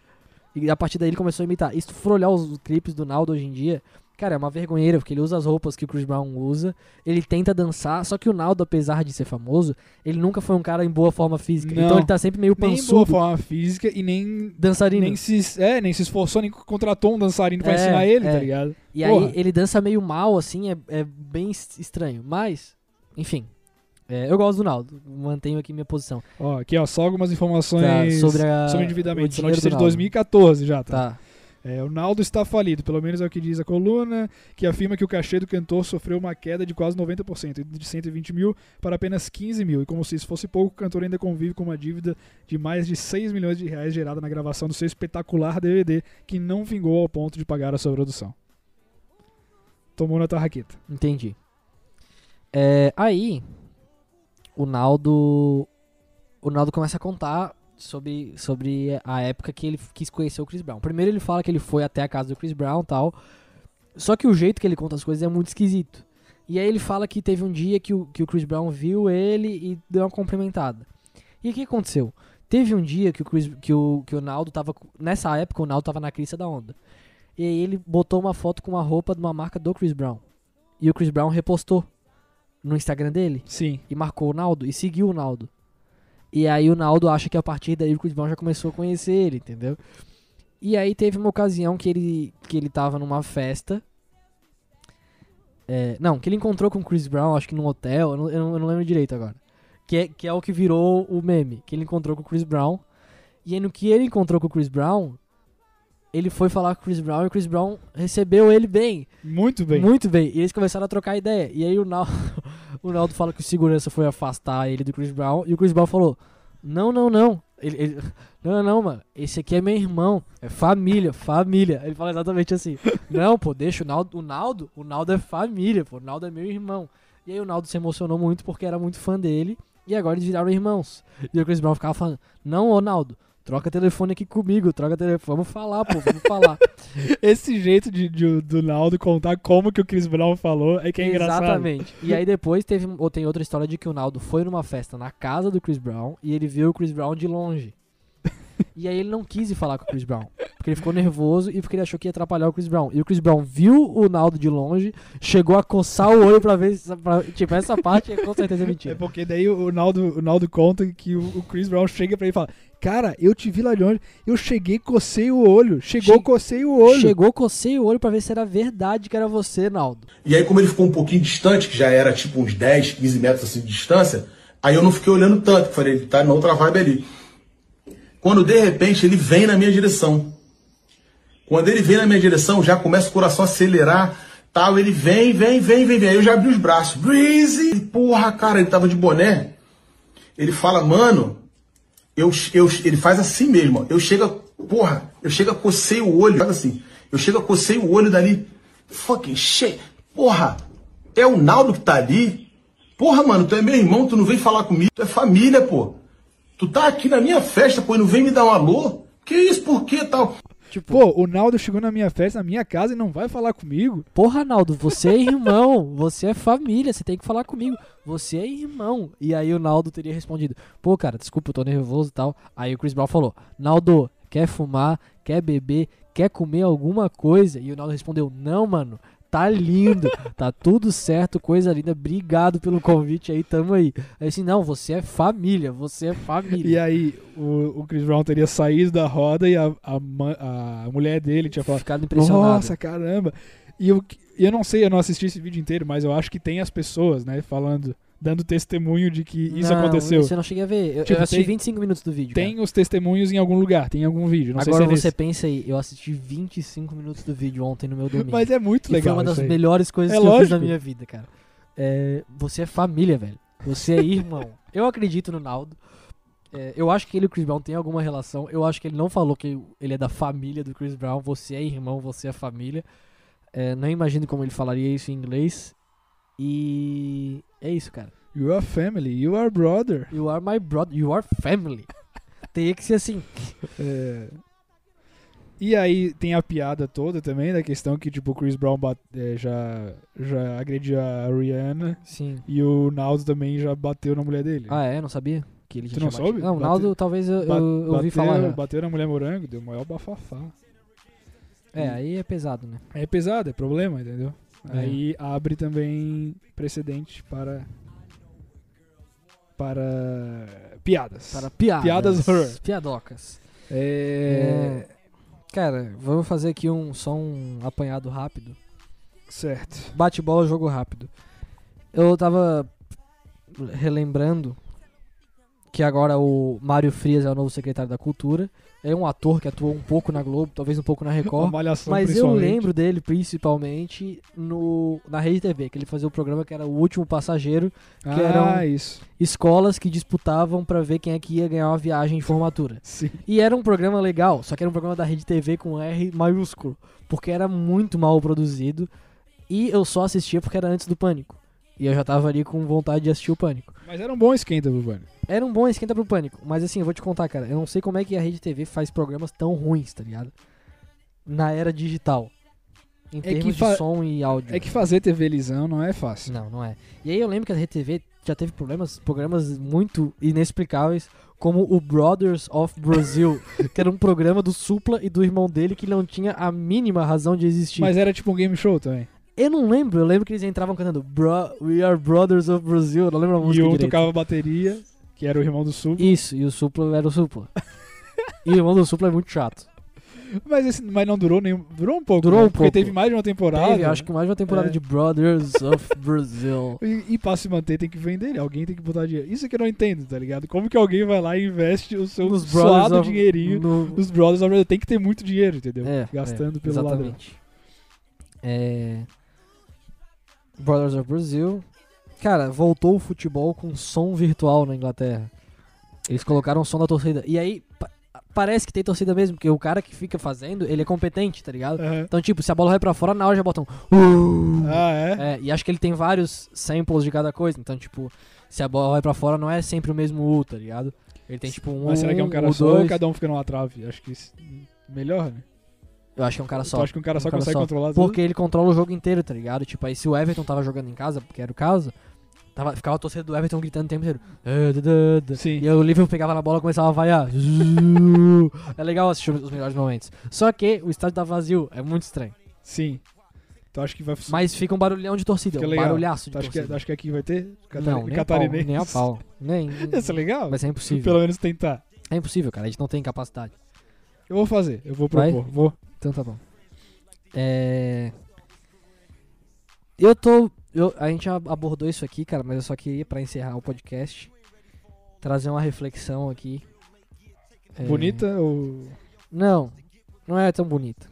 S2: E a partir daí ele começou a imitar. E se tu for olhar os clipes do Naldo hoje em dia, cara, é uma vergonheira, porque ele usa as roupas que o Chris Brown usa, ele tenta dançar, só que o Naldo, apesar de ser famoso, ele nunca foi um cara em boa forma física.
S3: Não.
S2: Então ele tá sempre meio
S3: Nem boa
S2: pançudo,
S3: forma física e nem
S2: dançarino.
S3: nem se, é, nem se esforçou, nem contratou um dançarino pra
S2: É,
S3: ensinar ele,
S2: é.
S3: tá ligado?
S2: E
S3: Porra.
S2: aí ele dança meio mal, assim, é, é bem es- estranho. Mas, enfim. é, eu gosto do Naldo, mantenho aqui minha posição.
S3: Ó, aqui, ó, só algumas
S2: Tá,
S3: informações
S2: sobre a,
S3: sobre
S2: o
S3: endividamento. Essa
S2: dinheiro
S3: notícia é
S2: do
S3: de
S2: Naldo.
S3: 2014 já, tá?
S2: Tá.
S3: É, o Naldo está falido, pelo menos é o que diz a coluna, que afirma que o cachê do cantor sofreu uma queda de quase 90%, indo de 120 mil para apenas 15 mil. E como se isso fosse pouco, o cantor ainda convive com uma dívida de mais de 6 milhões de reais gerada na gravação do seu espetacular DVD, que não vingou ao ponto de pagar a sua produção. Tomou na tarraqueta.
S2: Entendi. É, aí, o Naldo. O Naldo começa a contar sobre, sobre a época que ele quis conhecer o Chris Brown. Primeiro ele fala que ele foi até a casa do Chris Brown e tal. Só que o jeito que ele conta as coisas é muito esquisito. E aí ele fala que teve um dia que o, que o Chris Brown viu ele e deu uma cumprimentada. E o que aconteceu? Teve um dia que o, Chris, que o, que o Naldo tava. com- Nessa época o Naldo tava na crista da onda. E aí ele botou uma foto com uma roupa de uma marca do Chris Brown. E o Chris Brown repostou no Instagram dele
S3: Sim.
S2: e marcou o Naldo e seguiu o Naldo. E aí o Naldo acha que a partir daí o Chris Brown já começou a conhecer ele, entendeu? E aí teve uma ocasião que ele, que ele tava numa festa. É, não, que ele encontrou com o Chris Brown, acho que num hotel, eu não, eu não- eu não lembro direito agora. Que é, que é o que virou o meme, que ele encontrou com o Chris Brown. E aí no que ele encontrou com o Chris Brown, ele foi falar com o Chris Brown e o Chris Brown recebeu ele bem.
S3: Muito bem.
S2: Muito bem. E eles começaram a trocar ideia. E aí o Naldo, (laughs) o Naldo fala que o segurança foi afastar ele do Chris Brown. E o Chris Brown falou: Não, não, não. Ele, ele- (laughs) não, não, não, mano. Esse aqui é meu irmão. É família, família. Ele fala exatamente
S3: (laughs)
S2: assim: Não, pô, deixa o Naldo. O Naldo, o Naldo é família, pô. O Naldo é meu irmão. E aí o Naldo se emocionou muito porque era muito fã dele. E agora eles viraram irmãos. E o Chris Brown ficava falando: Não, ô Naldo. Troca telefone aqui comigo, troca telefone. Vamos falar, pô, vamos falar.
S3: Esse jeito de, de- do Naldo contar como que o Chris Brown falou é que é engraçado.
S2: Exatamente. E aí depois teve, ou tem outra história de que o Naldo foi numa festa na casa do Chris Brown e ele viu o Chris Brown de longe. E aí ele não quis ir falar com o Chris Brown. Porque ele ficou nervoso e porque ele achou que ia atrapalhar o Chris Brown. E o Chris Brown viu o Naldo de longe, chegou a coçar o olho pra ver se. Pra, tipo, essa parte é com certeza
S3: É
S2: mentira.
S3: porque daí o Naldo, o Naldo conta que o, o Chris Brown chega pra ele e fala: Cara, eu te vi lá de longe, eu cheguei, cocei o olho. Chegou,
S2: Che-
S3: cocei o olho.
S2: Chegou, cocei o olho pra ver se era verdade que era você, Naldo.
S5: E aí, como ele ficou um pouquinho distante, que já era tipo uns 10, 15 metros assim de distância, aí eu não fiquei olhando tanto, que falei, ele tá na outra vibe ali. Quando de repente ele vem na minha direção. Quando ele vem na minha direção, já começa o coração a acelerar. Tal, ele vem, vem, vem, vem, vem. Aí eu já abri os braços. Breezy! E, porra, cara, ele tava de boné. Ele fala, mano, eu, eu, ele faz assim mesmo. ó. Eu chego, a- porra, eu chego a cocei o olho. Faz assim. Eu chego a cocei o olho dali. Fucking shit. Porra, é o Naldo que tá ali? Porra, mano, tu é meu irmão, tu não vem falar comigo. Tu é família, pô. Tu tá aqui na minha festa, pô, e não vem me dar um alô? Que isso, por que tal?
S2: Tipo,
S3: Pô, o Naldo chegou na minha festa, na minha casa e não vai falar comigo?
S2: Porra, Naldo, você é irmão, você é família, você tem que falar comigo. Você é irmão. E aí o Naldo teria respondido: Pô, cara, desculpa, eu tô nervoso e tal. Aí o Chris Brown falou: Naldo, quer fumar, quer beber, quer comer alguma coisa? E o Naldo respondeu: Não, mano, tá lindo, tá tudo certo, coisa linda, obrigado pelo convite aí, tamo aí. Aí assim: Não, você é família, você é
S3: E
S2: família.
S3: aí o, o Chris Brown teria saído da roda e a, a, ma- a mulher dele tinha falado.
S2: Ficado impressionado.
S3: Nossa, caramba. E eu, e eu não sei, eu não assisti esse vídeo inteiro, mas eu acho que tem as pessoas, né, falando, dando testemunho de que isso
S2: Não,
S3: aconteceu.
S2: Isso eu não cheguei a ver. Eu,
S3: Tipo,
S2: eu assisti
S3: tem-
S2: 25 minutos do vídeo. cara.
S3: Tem os testemunhos em algum lugar, tem em algum vídeo, não
S2: Agora
S3: sei se
S2: você
S3: é
S2: pensa aí, eu assisti 25 minutos do vídeo ontem no meu
S3: nesse.
S2: domingo.
S3: (laughs) Mas é muito
S2: e
S3: legal
S2: foi uma das
S3: isso aí.
S2: melhores coisas
S3: É
S2: que eu fiz na
S3: lógico.
S2: minha vida, cara. É, você é família, velho. Você é
S3: (laughs)
S2: irmão. eu acredito no Naldo. É, eu acho que ele e o Chris Brown têm alguma relação. Eu acho que ele não falou que ele é da família do Chris Brown. Você é irmão, você é família. É, não imagino como ele falaria isso em inglês. E é isso, cara.
S3: You are family, you are brother.
S2: You are my brother, you are
S3: (laughs)
S2: family. Teria que ser assim.
S3: É. E aí tem a piada toda também, da questão que, tipo, o Chris Brown bat- é, já, já agrediu a Rihanna
S2: Sim.
S3: e o Naldo também já bateu na mulher dele.
S2: Ah, é? Não sabia? Que ele
S3: Tu
S2: tinha
S3: não
S2: batido.
S3: soube?
S2: Não, o
S3: Bateu-
S2: Naldo talvez eu,
S3: Ba-
S2: eu ouvi
S3: bateu-
S2: falar. né? já.
S3: Bateu na mulher morango, deu o maior bafafá.
S2: É, aí é pesado, né?
S3: É pesado, é problema, entendeu?
S2: É.
S3: Aí abre também precedente para. Para. Piadas.
S2: Para piadas.
S3: Piadas horror.
S2: Piadocas.
S3: É.
S2: Cara, vamos fazer aqui um só um apanhado rápido.
S3: Certo.
S2: Bate-bola, jogo rápido. Eu tava relembrando que agora o Mário Frias é o novo secretário da Cultura. É um ator que atua um pouco na Globo, talvez um pouco na Record.
S3: (laughs) Uma malhação,
S2: Mas eu
S3: principalmente.
S2: lembro dele principalmente no, na Rede TV, que ele fazia o programa que era O Último Passageiro,
S3: Ah,
S2: que eram-
S3: isso.
S2: escolas que disputavam pra ver quem é que ia ganhar uma viagem de formatura.
S3: Sim.
S2: E era um programa legal, só que era um programa da Rede TV com R maiúsculo, porque era muito mal produzido e eu só assistia porque era antes do Pânico. E eu já tava ali com vontade de assistir o Pânico.
S3: Mas era um bom esquenta, Bubani.
S2: Era um bom esquenta pro Pânico, mas assim, eu vou te contar, cara, eu não sei como é que a Rede TV faz programas tão ruins, tá ligado? Na era digital. Em
S3: É que
S2: termos
S3: fa-
S2: de som e áudio.
S3: É que fazer TV Lisão não é fácil.
S2: Não, não é. E aí eu lembro que a RTV já teve problemas, programas muito inexplicáveis, como o Brothers of
S3: (laughs)
S2: Brazil, que era um programa do Supla e do irmão dele que não tinha a mínima razão de existir.
S3: Mas era tipo um game show também.
S2: eu não lembro, eu lembro que eles entravam cantando Bro, We Are Brothers of Brazil, eu não lembro a
S3: e
S2: música
S3: um
S2: direito.
S3: tocava bateria, que era o irmão do Sul.
S2: Isso, e o Supla era o Supla. e o irmão do Supla é muito chato.
S3: Mas, esse, mas não durou nenhum. Durou um pouco.
S2: Durou
S3: né?
S2: um
S3: Porque
S2: pouco.
S3: teve mais de uma temporada.
S2: Teve, acho que mais de uma temporada
S3: É.
S2: de Brothers of Brazil.
S3: E, e pra se manter tem que vender, alguém tem que botar dinheiro. Isso que eu não entendo, tá ligado? Como que alguém vai lá e investe o seu
S2: Nos Brothers
S3: suado
S2: of-
S3: dinheirinho
S2: no-
S3: nos Brothers of Brother? Tem que ter muito dinheiro, entendeu?
S2: É,
S3: Gastando
S2: é,
S3: pelo lado.
S2: exatamente. É... Brothers of Brazil. Cara, voltou o futebol com som virtual na Inglaterra. Eles colocaram o som da torcida. E aí, pa- parece que tem torcida mesmo, porque o cara que fica fazendo, ele é competente, tá ligado?
S3: Aham.
S2: Então, tipo, se a bola vai pra fora, na hora já botam.
S3: Ah, é?
S2: É, e acho que ele tem vários samples de cada coisa. Então, tipo, se a bola vai pra fora, não é sempre o mesmo U, tá ligado? Ele tem, tipo, um.
S3: Mas será que é um cara
S2: o
S3: só ou
S2: dois.
S3: cada um fica numa trave? Acho que isso- melhor, né?
S2: Eu acho que é um cara só.
S3: Eu acho que um cara só
S2: cara
S3: consegue
S2: só.
S3: controlar tudo.
S2: Porque ele controla o jogo inteiro, tá ligado? Tipo, aí se o Everton tava jogando em casa, porque era o caso, tava, ficava a torcida do Everton gritando o tempo inteiro. "Ah, dã, dã, dã".
S3: Sim.
S2: E aí o Liverpool pegava na bola e começava a vaiar. (laughs) Zuu. é legal assistir os melhores momentos. Só que o estádio tá vazio, é muito estranho.
S3: Sim. Então acho que vai funcionar.
S2: Mas fica um barulhão de torcida,
S3: Fica
S2: um
S3: legal.
S2: barulhaço de
S3: Acho que,
S2: torcida.
S3: acho que aqui vai ter Catar...
S2: Não, nem a pau,
S3: catarinense.
S2: nem a pau. Nem,
S3: (laughs) Isso é legal?
S2: Mas é impossível.
S3: Pelo menos tentar.
S2: É impossível, cara. A gente não tem capacidade.
S3: Eu vou fazer, eu vou
S2: Vai?
S3: propor. Vou.
S2: Então tá bom. É... Eu tô. eu- a gente ab- abordou isso aqui, cara, mas eu só queria, pra encerrar o podcast, trazer uma reflexão aqui. É,
S3: Bonita ou.
S2: Não, não é tão bonita.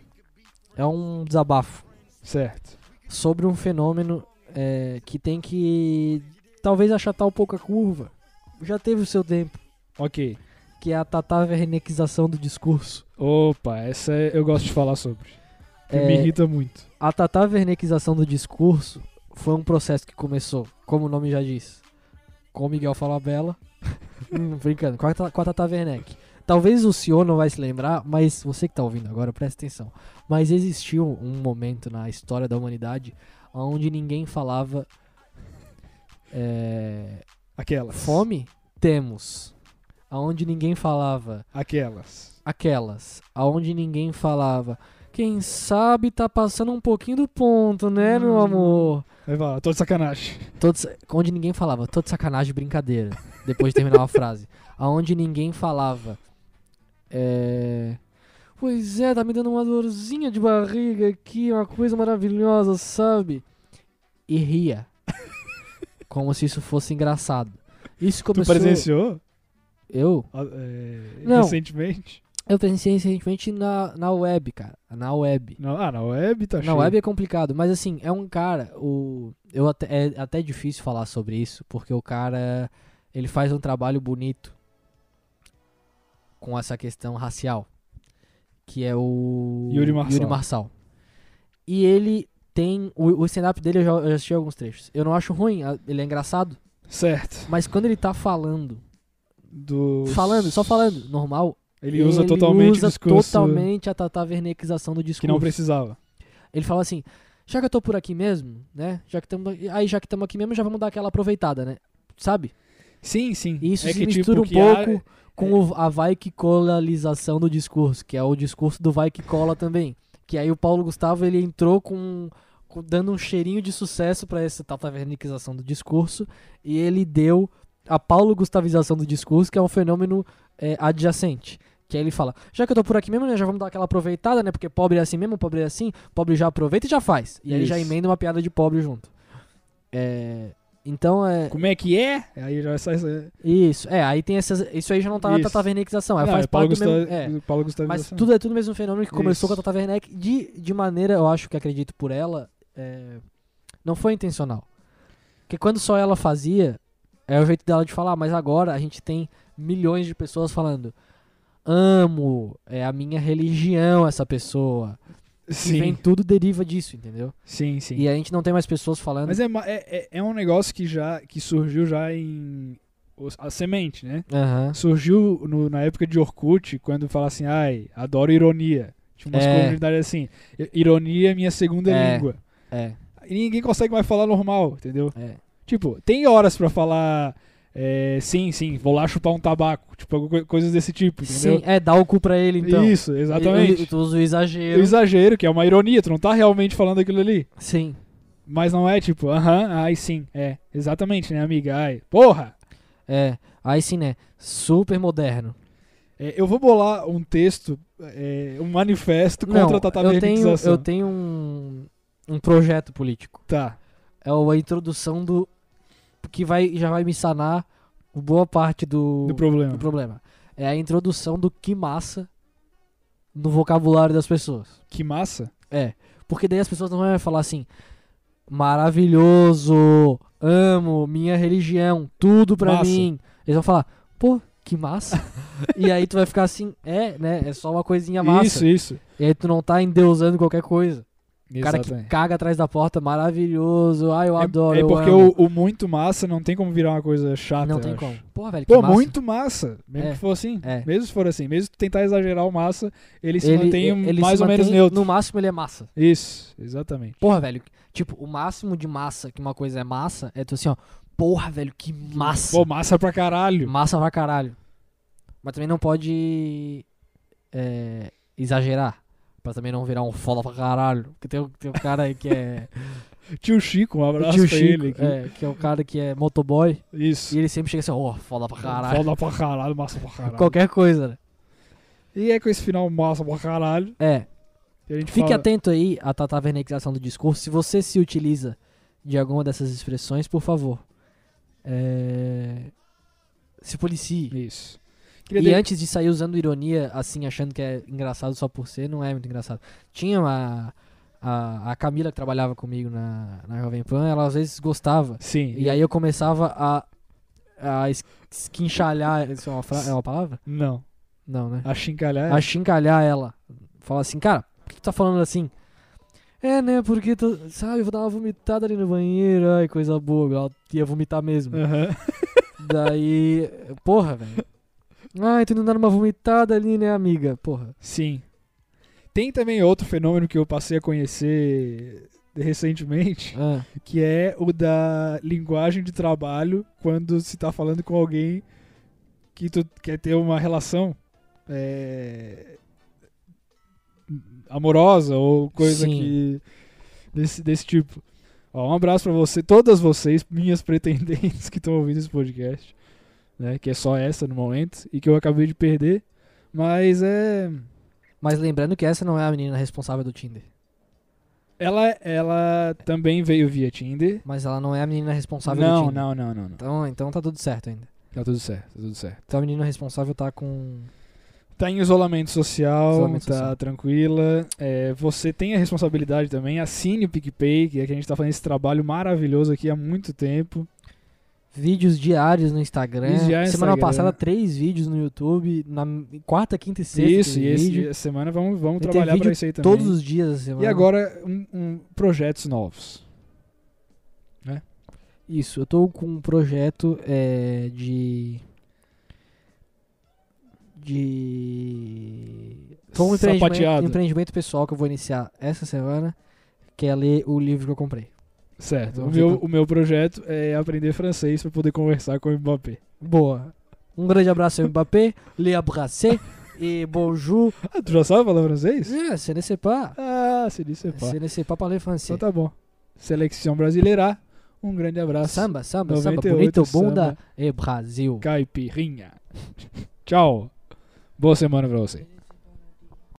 S2: é um desabafo
S3: Certo.
S2: sobre um fenômeno é, que tem que talvez achatar um pouco a curva. Já teve o seu tempo,
S3: Ok.
S2: que é a tatavernequização do discurso.
S3: Opa, essa é- eu gosto de falar sobre. Que
S2: É,
S3: me irrita muito.
S2: A tatavernequização do discurso foi um processo que começou, como o nome já diz, com o Miguel Falabella. (laughs) Hum, brincando, com a, Ta- com a Tata Werneck. Talvez o senhor não vai se lembrar, mas você que tá ouvindo agora, presta atenção. Mas existiu um momento na história da humanidade onde ninguém falava. É,
S3: Aquelas.
S2: fome? Temos. Aonde ninguém falava
S3: Aquelas.
S2: aquelas, aonde ninguém falava. Quem sabe tá passando um pouquinho do ponto, né,
S3: Uhum.
S2: meu amor?
S3: Aí fala, tô de sacanagem.
S2: Tô de sa- onde ninguém falava, tô de sacanagem, brincadeira. Depois de terminar
S3: (laughs)
S2: uma frase. Aonde ninguém falava. É. Pois é, tá me dando uma dorzinha de barriga aqui, uma coisa maravilhosa, sabe? E ria. Como se isso fosse engraçado. Isso
S3: Tu
S2: começou.
S3: presenciou?
S2: Eu?
S3: ah, é,
S2: Não.
S3: Recentemente?
S2: Eu presenciei recentemente na, na web, cara. Na web.
S3: Não, ah, na web tá
S2: Na
S3: cheio.
S2: web é complicado, mas assim, é um cara, o eu até, é até difícil falar sobre isso, porque o cara ele faz um trabalho bonito com essa questão racial, que é o
S3: Yuri Marçal.
S2: Marçal. E ele tem o, o stand-up dele eu já, eu já assisti alguns trechos. Eu não acho ruim, a- ele é engraçado,
S3: Certo.
S2: mas quando ele tá falando,
S3: Dos-
S2: falando, só falando, normal,
S3: Ele usa totalmente
S2: usa
S3: o discurso
S2: totalmente a tatavernequização do discurso.
S3: que não precisava.
S2: Ele fala assim: já que eu tô por aqui mesmo, né? Já que tamo, aí já que estamos aqui mesmo, já vamos dar aquela aproveitada, né? Sabe?
S3: Sim, sim.
S2: E isso
S3: é
S2: se
S3: que,
S2: mistura um
S3: tipo, que a-
S2: pouco com o- a vai que colalização do discurso, que é o discurso do vai que cola também. Que aí o Paulo Gustavo ele entrou com, com- dando um cheirinho de sucesso pra essa taverniquização do discurso e ele deu a Paulo Gustavização do discurso, que é um fenômeno é, adjacente. Que aí ele fala, já que eu tô por aqui mesmo, né, já vamos dar aquela aproveitada, né? Porque pobre é assim mesmo, pobre é assim, pobre já aproveita e já faz. E aí ele já
S3: Isso.
S2: emenda uma piada de pobre junto. É, então é.
S3: Como é que é? Aí já sai.
S2: Isso, é, aí tem essas. Isso aí já não tá na
S3: Isso.
S2: tataverniquização,
S3: Não,
S2: aí faz
S3: é Paulo,
S2: parte do
S3: Gustavo,
S2: mesmo. É,
S3: Paulo Gustavo
S2: mas
S3: Vilaça.
S2: tudo é tudo o mesmo fenômeno que começou
S3: Isso.
S2: com a Tata Werneck de, de maneira, eu acho que acredito por ela, é, não foi intencional. Porque quando só ela fazia, é o jeito dela de falar, mas agora a gente tem milhões de pessoas falando. Amo, é a minha religião essa pessoa. E vem
S3: Sim,
S2: tudo deriva disso, entendeu?
S3: sim, sim.
S2: E é a gente não tem mais pessoas falando.
S3: Mas é, ma- é, é- é um negócio que já que surgiu já em os- a semente, né?
S2: Aham.
S3: Surgiu no- na época de Orkut, quando fala assim, ai, adoro ironia. Tinha umas
S2: É.
S3: comunidades assim, "I- ironia é minha segunda
S2: É.
S3: língua.
S2: É,
S3: E ninguém consegue mais falar normal, entendeu?
S2: é.
S3: Tipo, tem horas pra falar, é, sim, sim, vou lá chupar um tabaco, tipo, alguma coi- coisas desse tipo, entendeu?
S2: Sim, é, dá o cu pra ele então.
S3: Isso, exatamente.
S2: Eu- eu- Tu usa o exagero.
S3: o exagero, que é uma ironia, tu não tá realmente falando aquilo ali.
S2: Sim.
S3: Mas não é tipo, aham, ai sim, é. Exatamente, né, amiga? Ai, porra!
S2: É, aí sim, né? Super moderno.
S3: É, eu vou bolar um texto, é, um manifesto contra
S2: Não,
S3: a assim.
S2: eu tenho,
S3: tatavernização.
S2: eu tenho um, um projeto político.
S3: Tá,
S2: É a introdução do. que vai, já vai me sanar boa parte do,
S3: do problema.
S2: do problema. É a introdução do que massa no vocabulário das pessoas.
S3: Que massa.
S2: É, porque daí as pessoas não vão falar assim. Maravilhoso, amo, minha religião, tudo pra
S3: Massa.
S2: mim. Eles vão falar, pô, que
S3: (laughs)
S2: massa. e aí tu vai ficar assim, é, né? É só uma coisinha massa.
S3: Isso, isso.
S2: E aí tu não tá endeusando qualquer coisa. O cara que
S3: Exatamente.
S2: caga atrás da porta, maravilhoso. Ai, eu
S3: É-
S2: adoro.
S3: é,
S2: eu
S3: porque
S2: amo.
S3: o, o muito massa não tem como virar uma coisa chata.
S2: Não
S3: eu
S2: tem
S3: acho.
S2: como. Porra, velho, que
S3: Pô,
S2: massa.
S3: muito massa. Mesmo
S2: É.
S3: que for assim.
S2: É.
S3: Mesmo se for assim. Mesmo tu tentar exagerar o massa, ele se
S2: Ele-
S3: mantém um
S2: ele
S3: mais
S2: se
S3: ou menos
S2: mantém-
S3: neutro.
S2: No máximo ele é massa.
S3: Isso, exatamente.
S2: Porra, velho. Tipo, o máximo de massa que uma coisa é massa é tu assim, ó. Porra, velho, que massa.
S3: Pô, massa pra caralho.
S2: Massa pra caralho. Mas também não pode é, exagerar. Pra também não virar um foda pra caralho. Porque tem, o- tem um cara aí que
S3: (laughs)
S2: é.
S3: Tio Chico, um abraço
S2: tio
S3: pra
S2: Chico,
S3: ele. aqui.
S2: é, que é o cara que é motoboy.
S3: Isso.
S2: E ele sempre chega assim, ó, foda pra caralho.
S3: Foda pra caralho, massa pra caralho.
S2: Qualquer coisa, né?
S3: E é com esse final massa pra caralho
S2: É.
S3: que a gente
S2: Fique
S3: fala...
S2: atento aí à tatavernização do discurso. Se você se utiliza de alguma dessas expressões, por favor. é, Se policie.
S3: Isso. Queria
S2: E
S3: de-
S2: antes de sair usando ironia, assim, achando que é engraçado só por ser, não é muito engraçado. Tinha uma. A, a Camila que trabalhava comigo na, na Jovem Pan, ela às vezes gostava.
S3: Sim.
S2: E aí eu começava a. a es- esquinchalhar. Isso é uma, fra- é uma palavra?
S3: Não. é-
S2: Não, né?
S3: Achincalhar.
S2: A chincalhar ela. Falar assim, cara, por que tu tá falando assim? É, né? Porque tu. Sabe, eu vou dar uma vomitada ali no banheiro. Ai, coisa boa. Ela ia vomitar mesmo.
S3: (laughs) Aham.
S2: Daí. Porra, velho. Ai, tu não dá uma vomitada ali, né, amiga? Porra.
S3: Sim. Tem também outro fenômeno que eu passei a conhecer recentemente,
S2: Ah,
S3: que é o da linguagem de trabalho quando se tá falando com alguém que tu quer ter uma relação é, amorosa ou coisa
S2: Sim.
S3: que desse, desse tipo. Ó, um abraço pra você, todas vocês, minhas (laughs) pretendentes que estão ouvindo esse podcast, né, que é só essa no momento e que eu acabei de perder, mas é
S2: Mas lembrando que essa não é a menina responsável do Tinder.
S3: ela ela também veio via Tinder.
S2: Mas ela não é a menina responsável do
S3: Não,
S2: Tinder.
S3: não, não, não, não.
S2: Então, então tá tudo certo ainda.
S3: Tá tudo certo, tá tudo certo.
S2: Então a menina responsável tá com.
S3: Tá em isolamento social,
S2: Isolamento
S3: tá
S2: social.
S3: tranquila. É, você tem a responsabilidade também, assine o PicPay, que é que a gente tá fazendo esse trabalho maravilhoso aqui há muito tempo.
S2: Vídeos diários no Instagram.
S3: Vídeos diários no
S2: Semana
S3: Instagram.
S2: passada, três vídeos no YouTube. Na quarta, quinta e sexta.
S3: isso,
S2: teve
S3: e esse-
S2: vídeo.
S3: essa semana vamos,
S2: Vai
S3: vamos
S2: ter
S3: trabalhar pra
S2: vídeo
S3: isso aí também.
S2: Todos os dias da semana.
S3: E agora, um, um- projetos novos.
S2: Isso, eu tô com um projeto é, de. De. Tô com um empreendimento,
S3: Sapateado.
S2: empreendimento pessoal que eu vou iniciar essa semana, que é ler o livro que eu comprei.
S3: Certo. O
S2: Vamos
S3: meu,
S2: tentar.
S3: o meu projeto é aprender francês pra poder conversar com o Mbappé.
S2: Boa. Um grande abraço ao Mbappé, le abracé e bonjour.
S3: Ah, tu já sabe falar francês?
S2: É, c'est n'est pas.
S3: Ah, se disse, pá.
S2: C'est n'est pas parler
S3: Então
S2: français.
S3: tá bom. Seleção brasileira, um grande abraço.
S2: Samba, samba, samba,
S3: 98
S2: bonito,
S3: samba.
S2: bunda e Brasil.
S3: Caipirinha. Tchau. Boa semana pra você.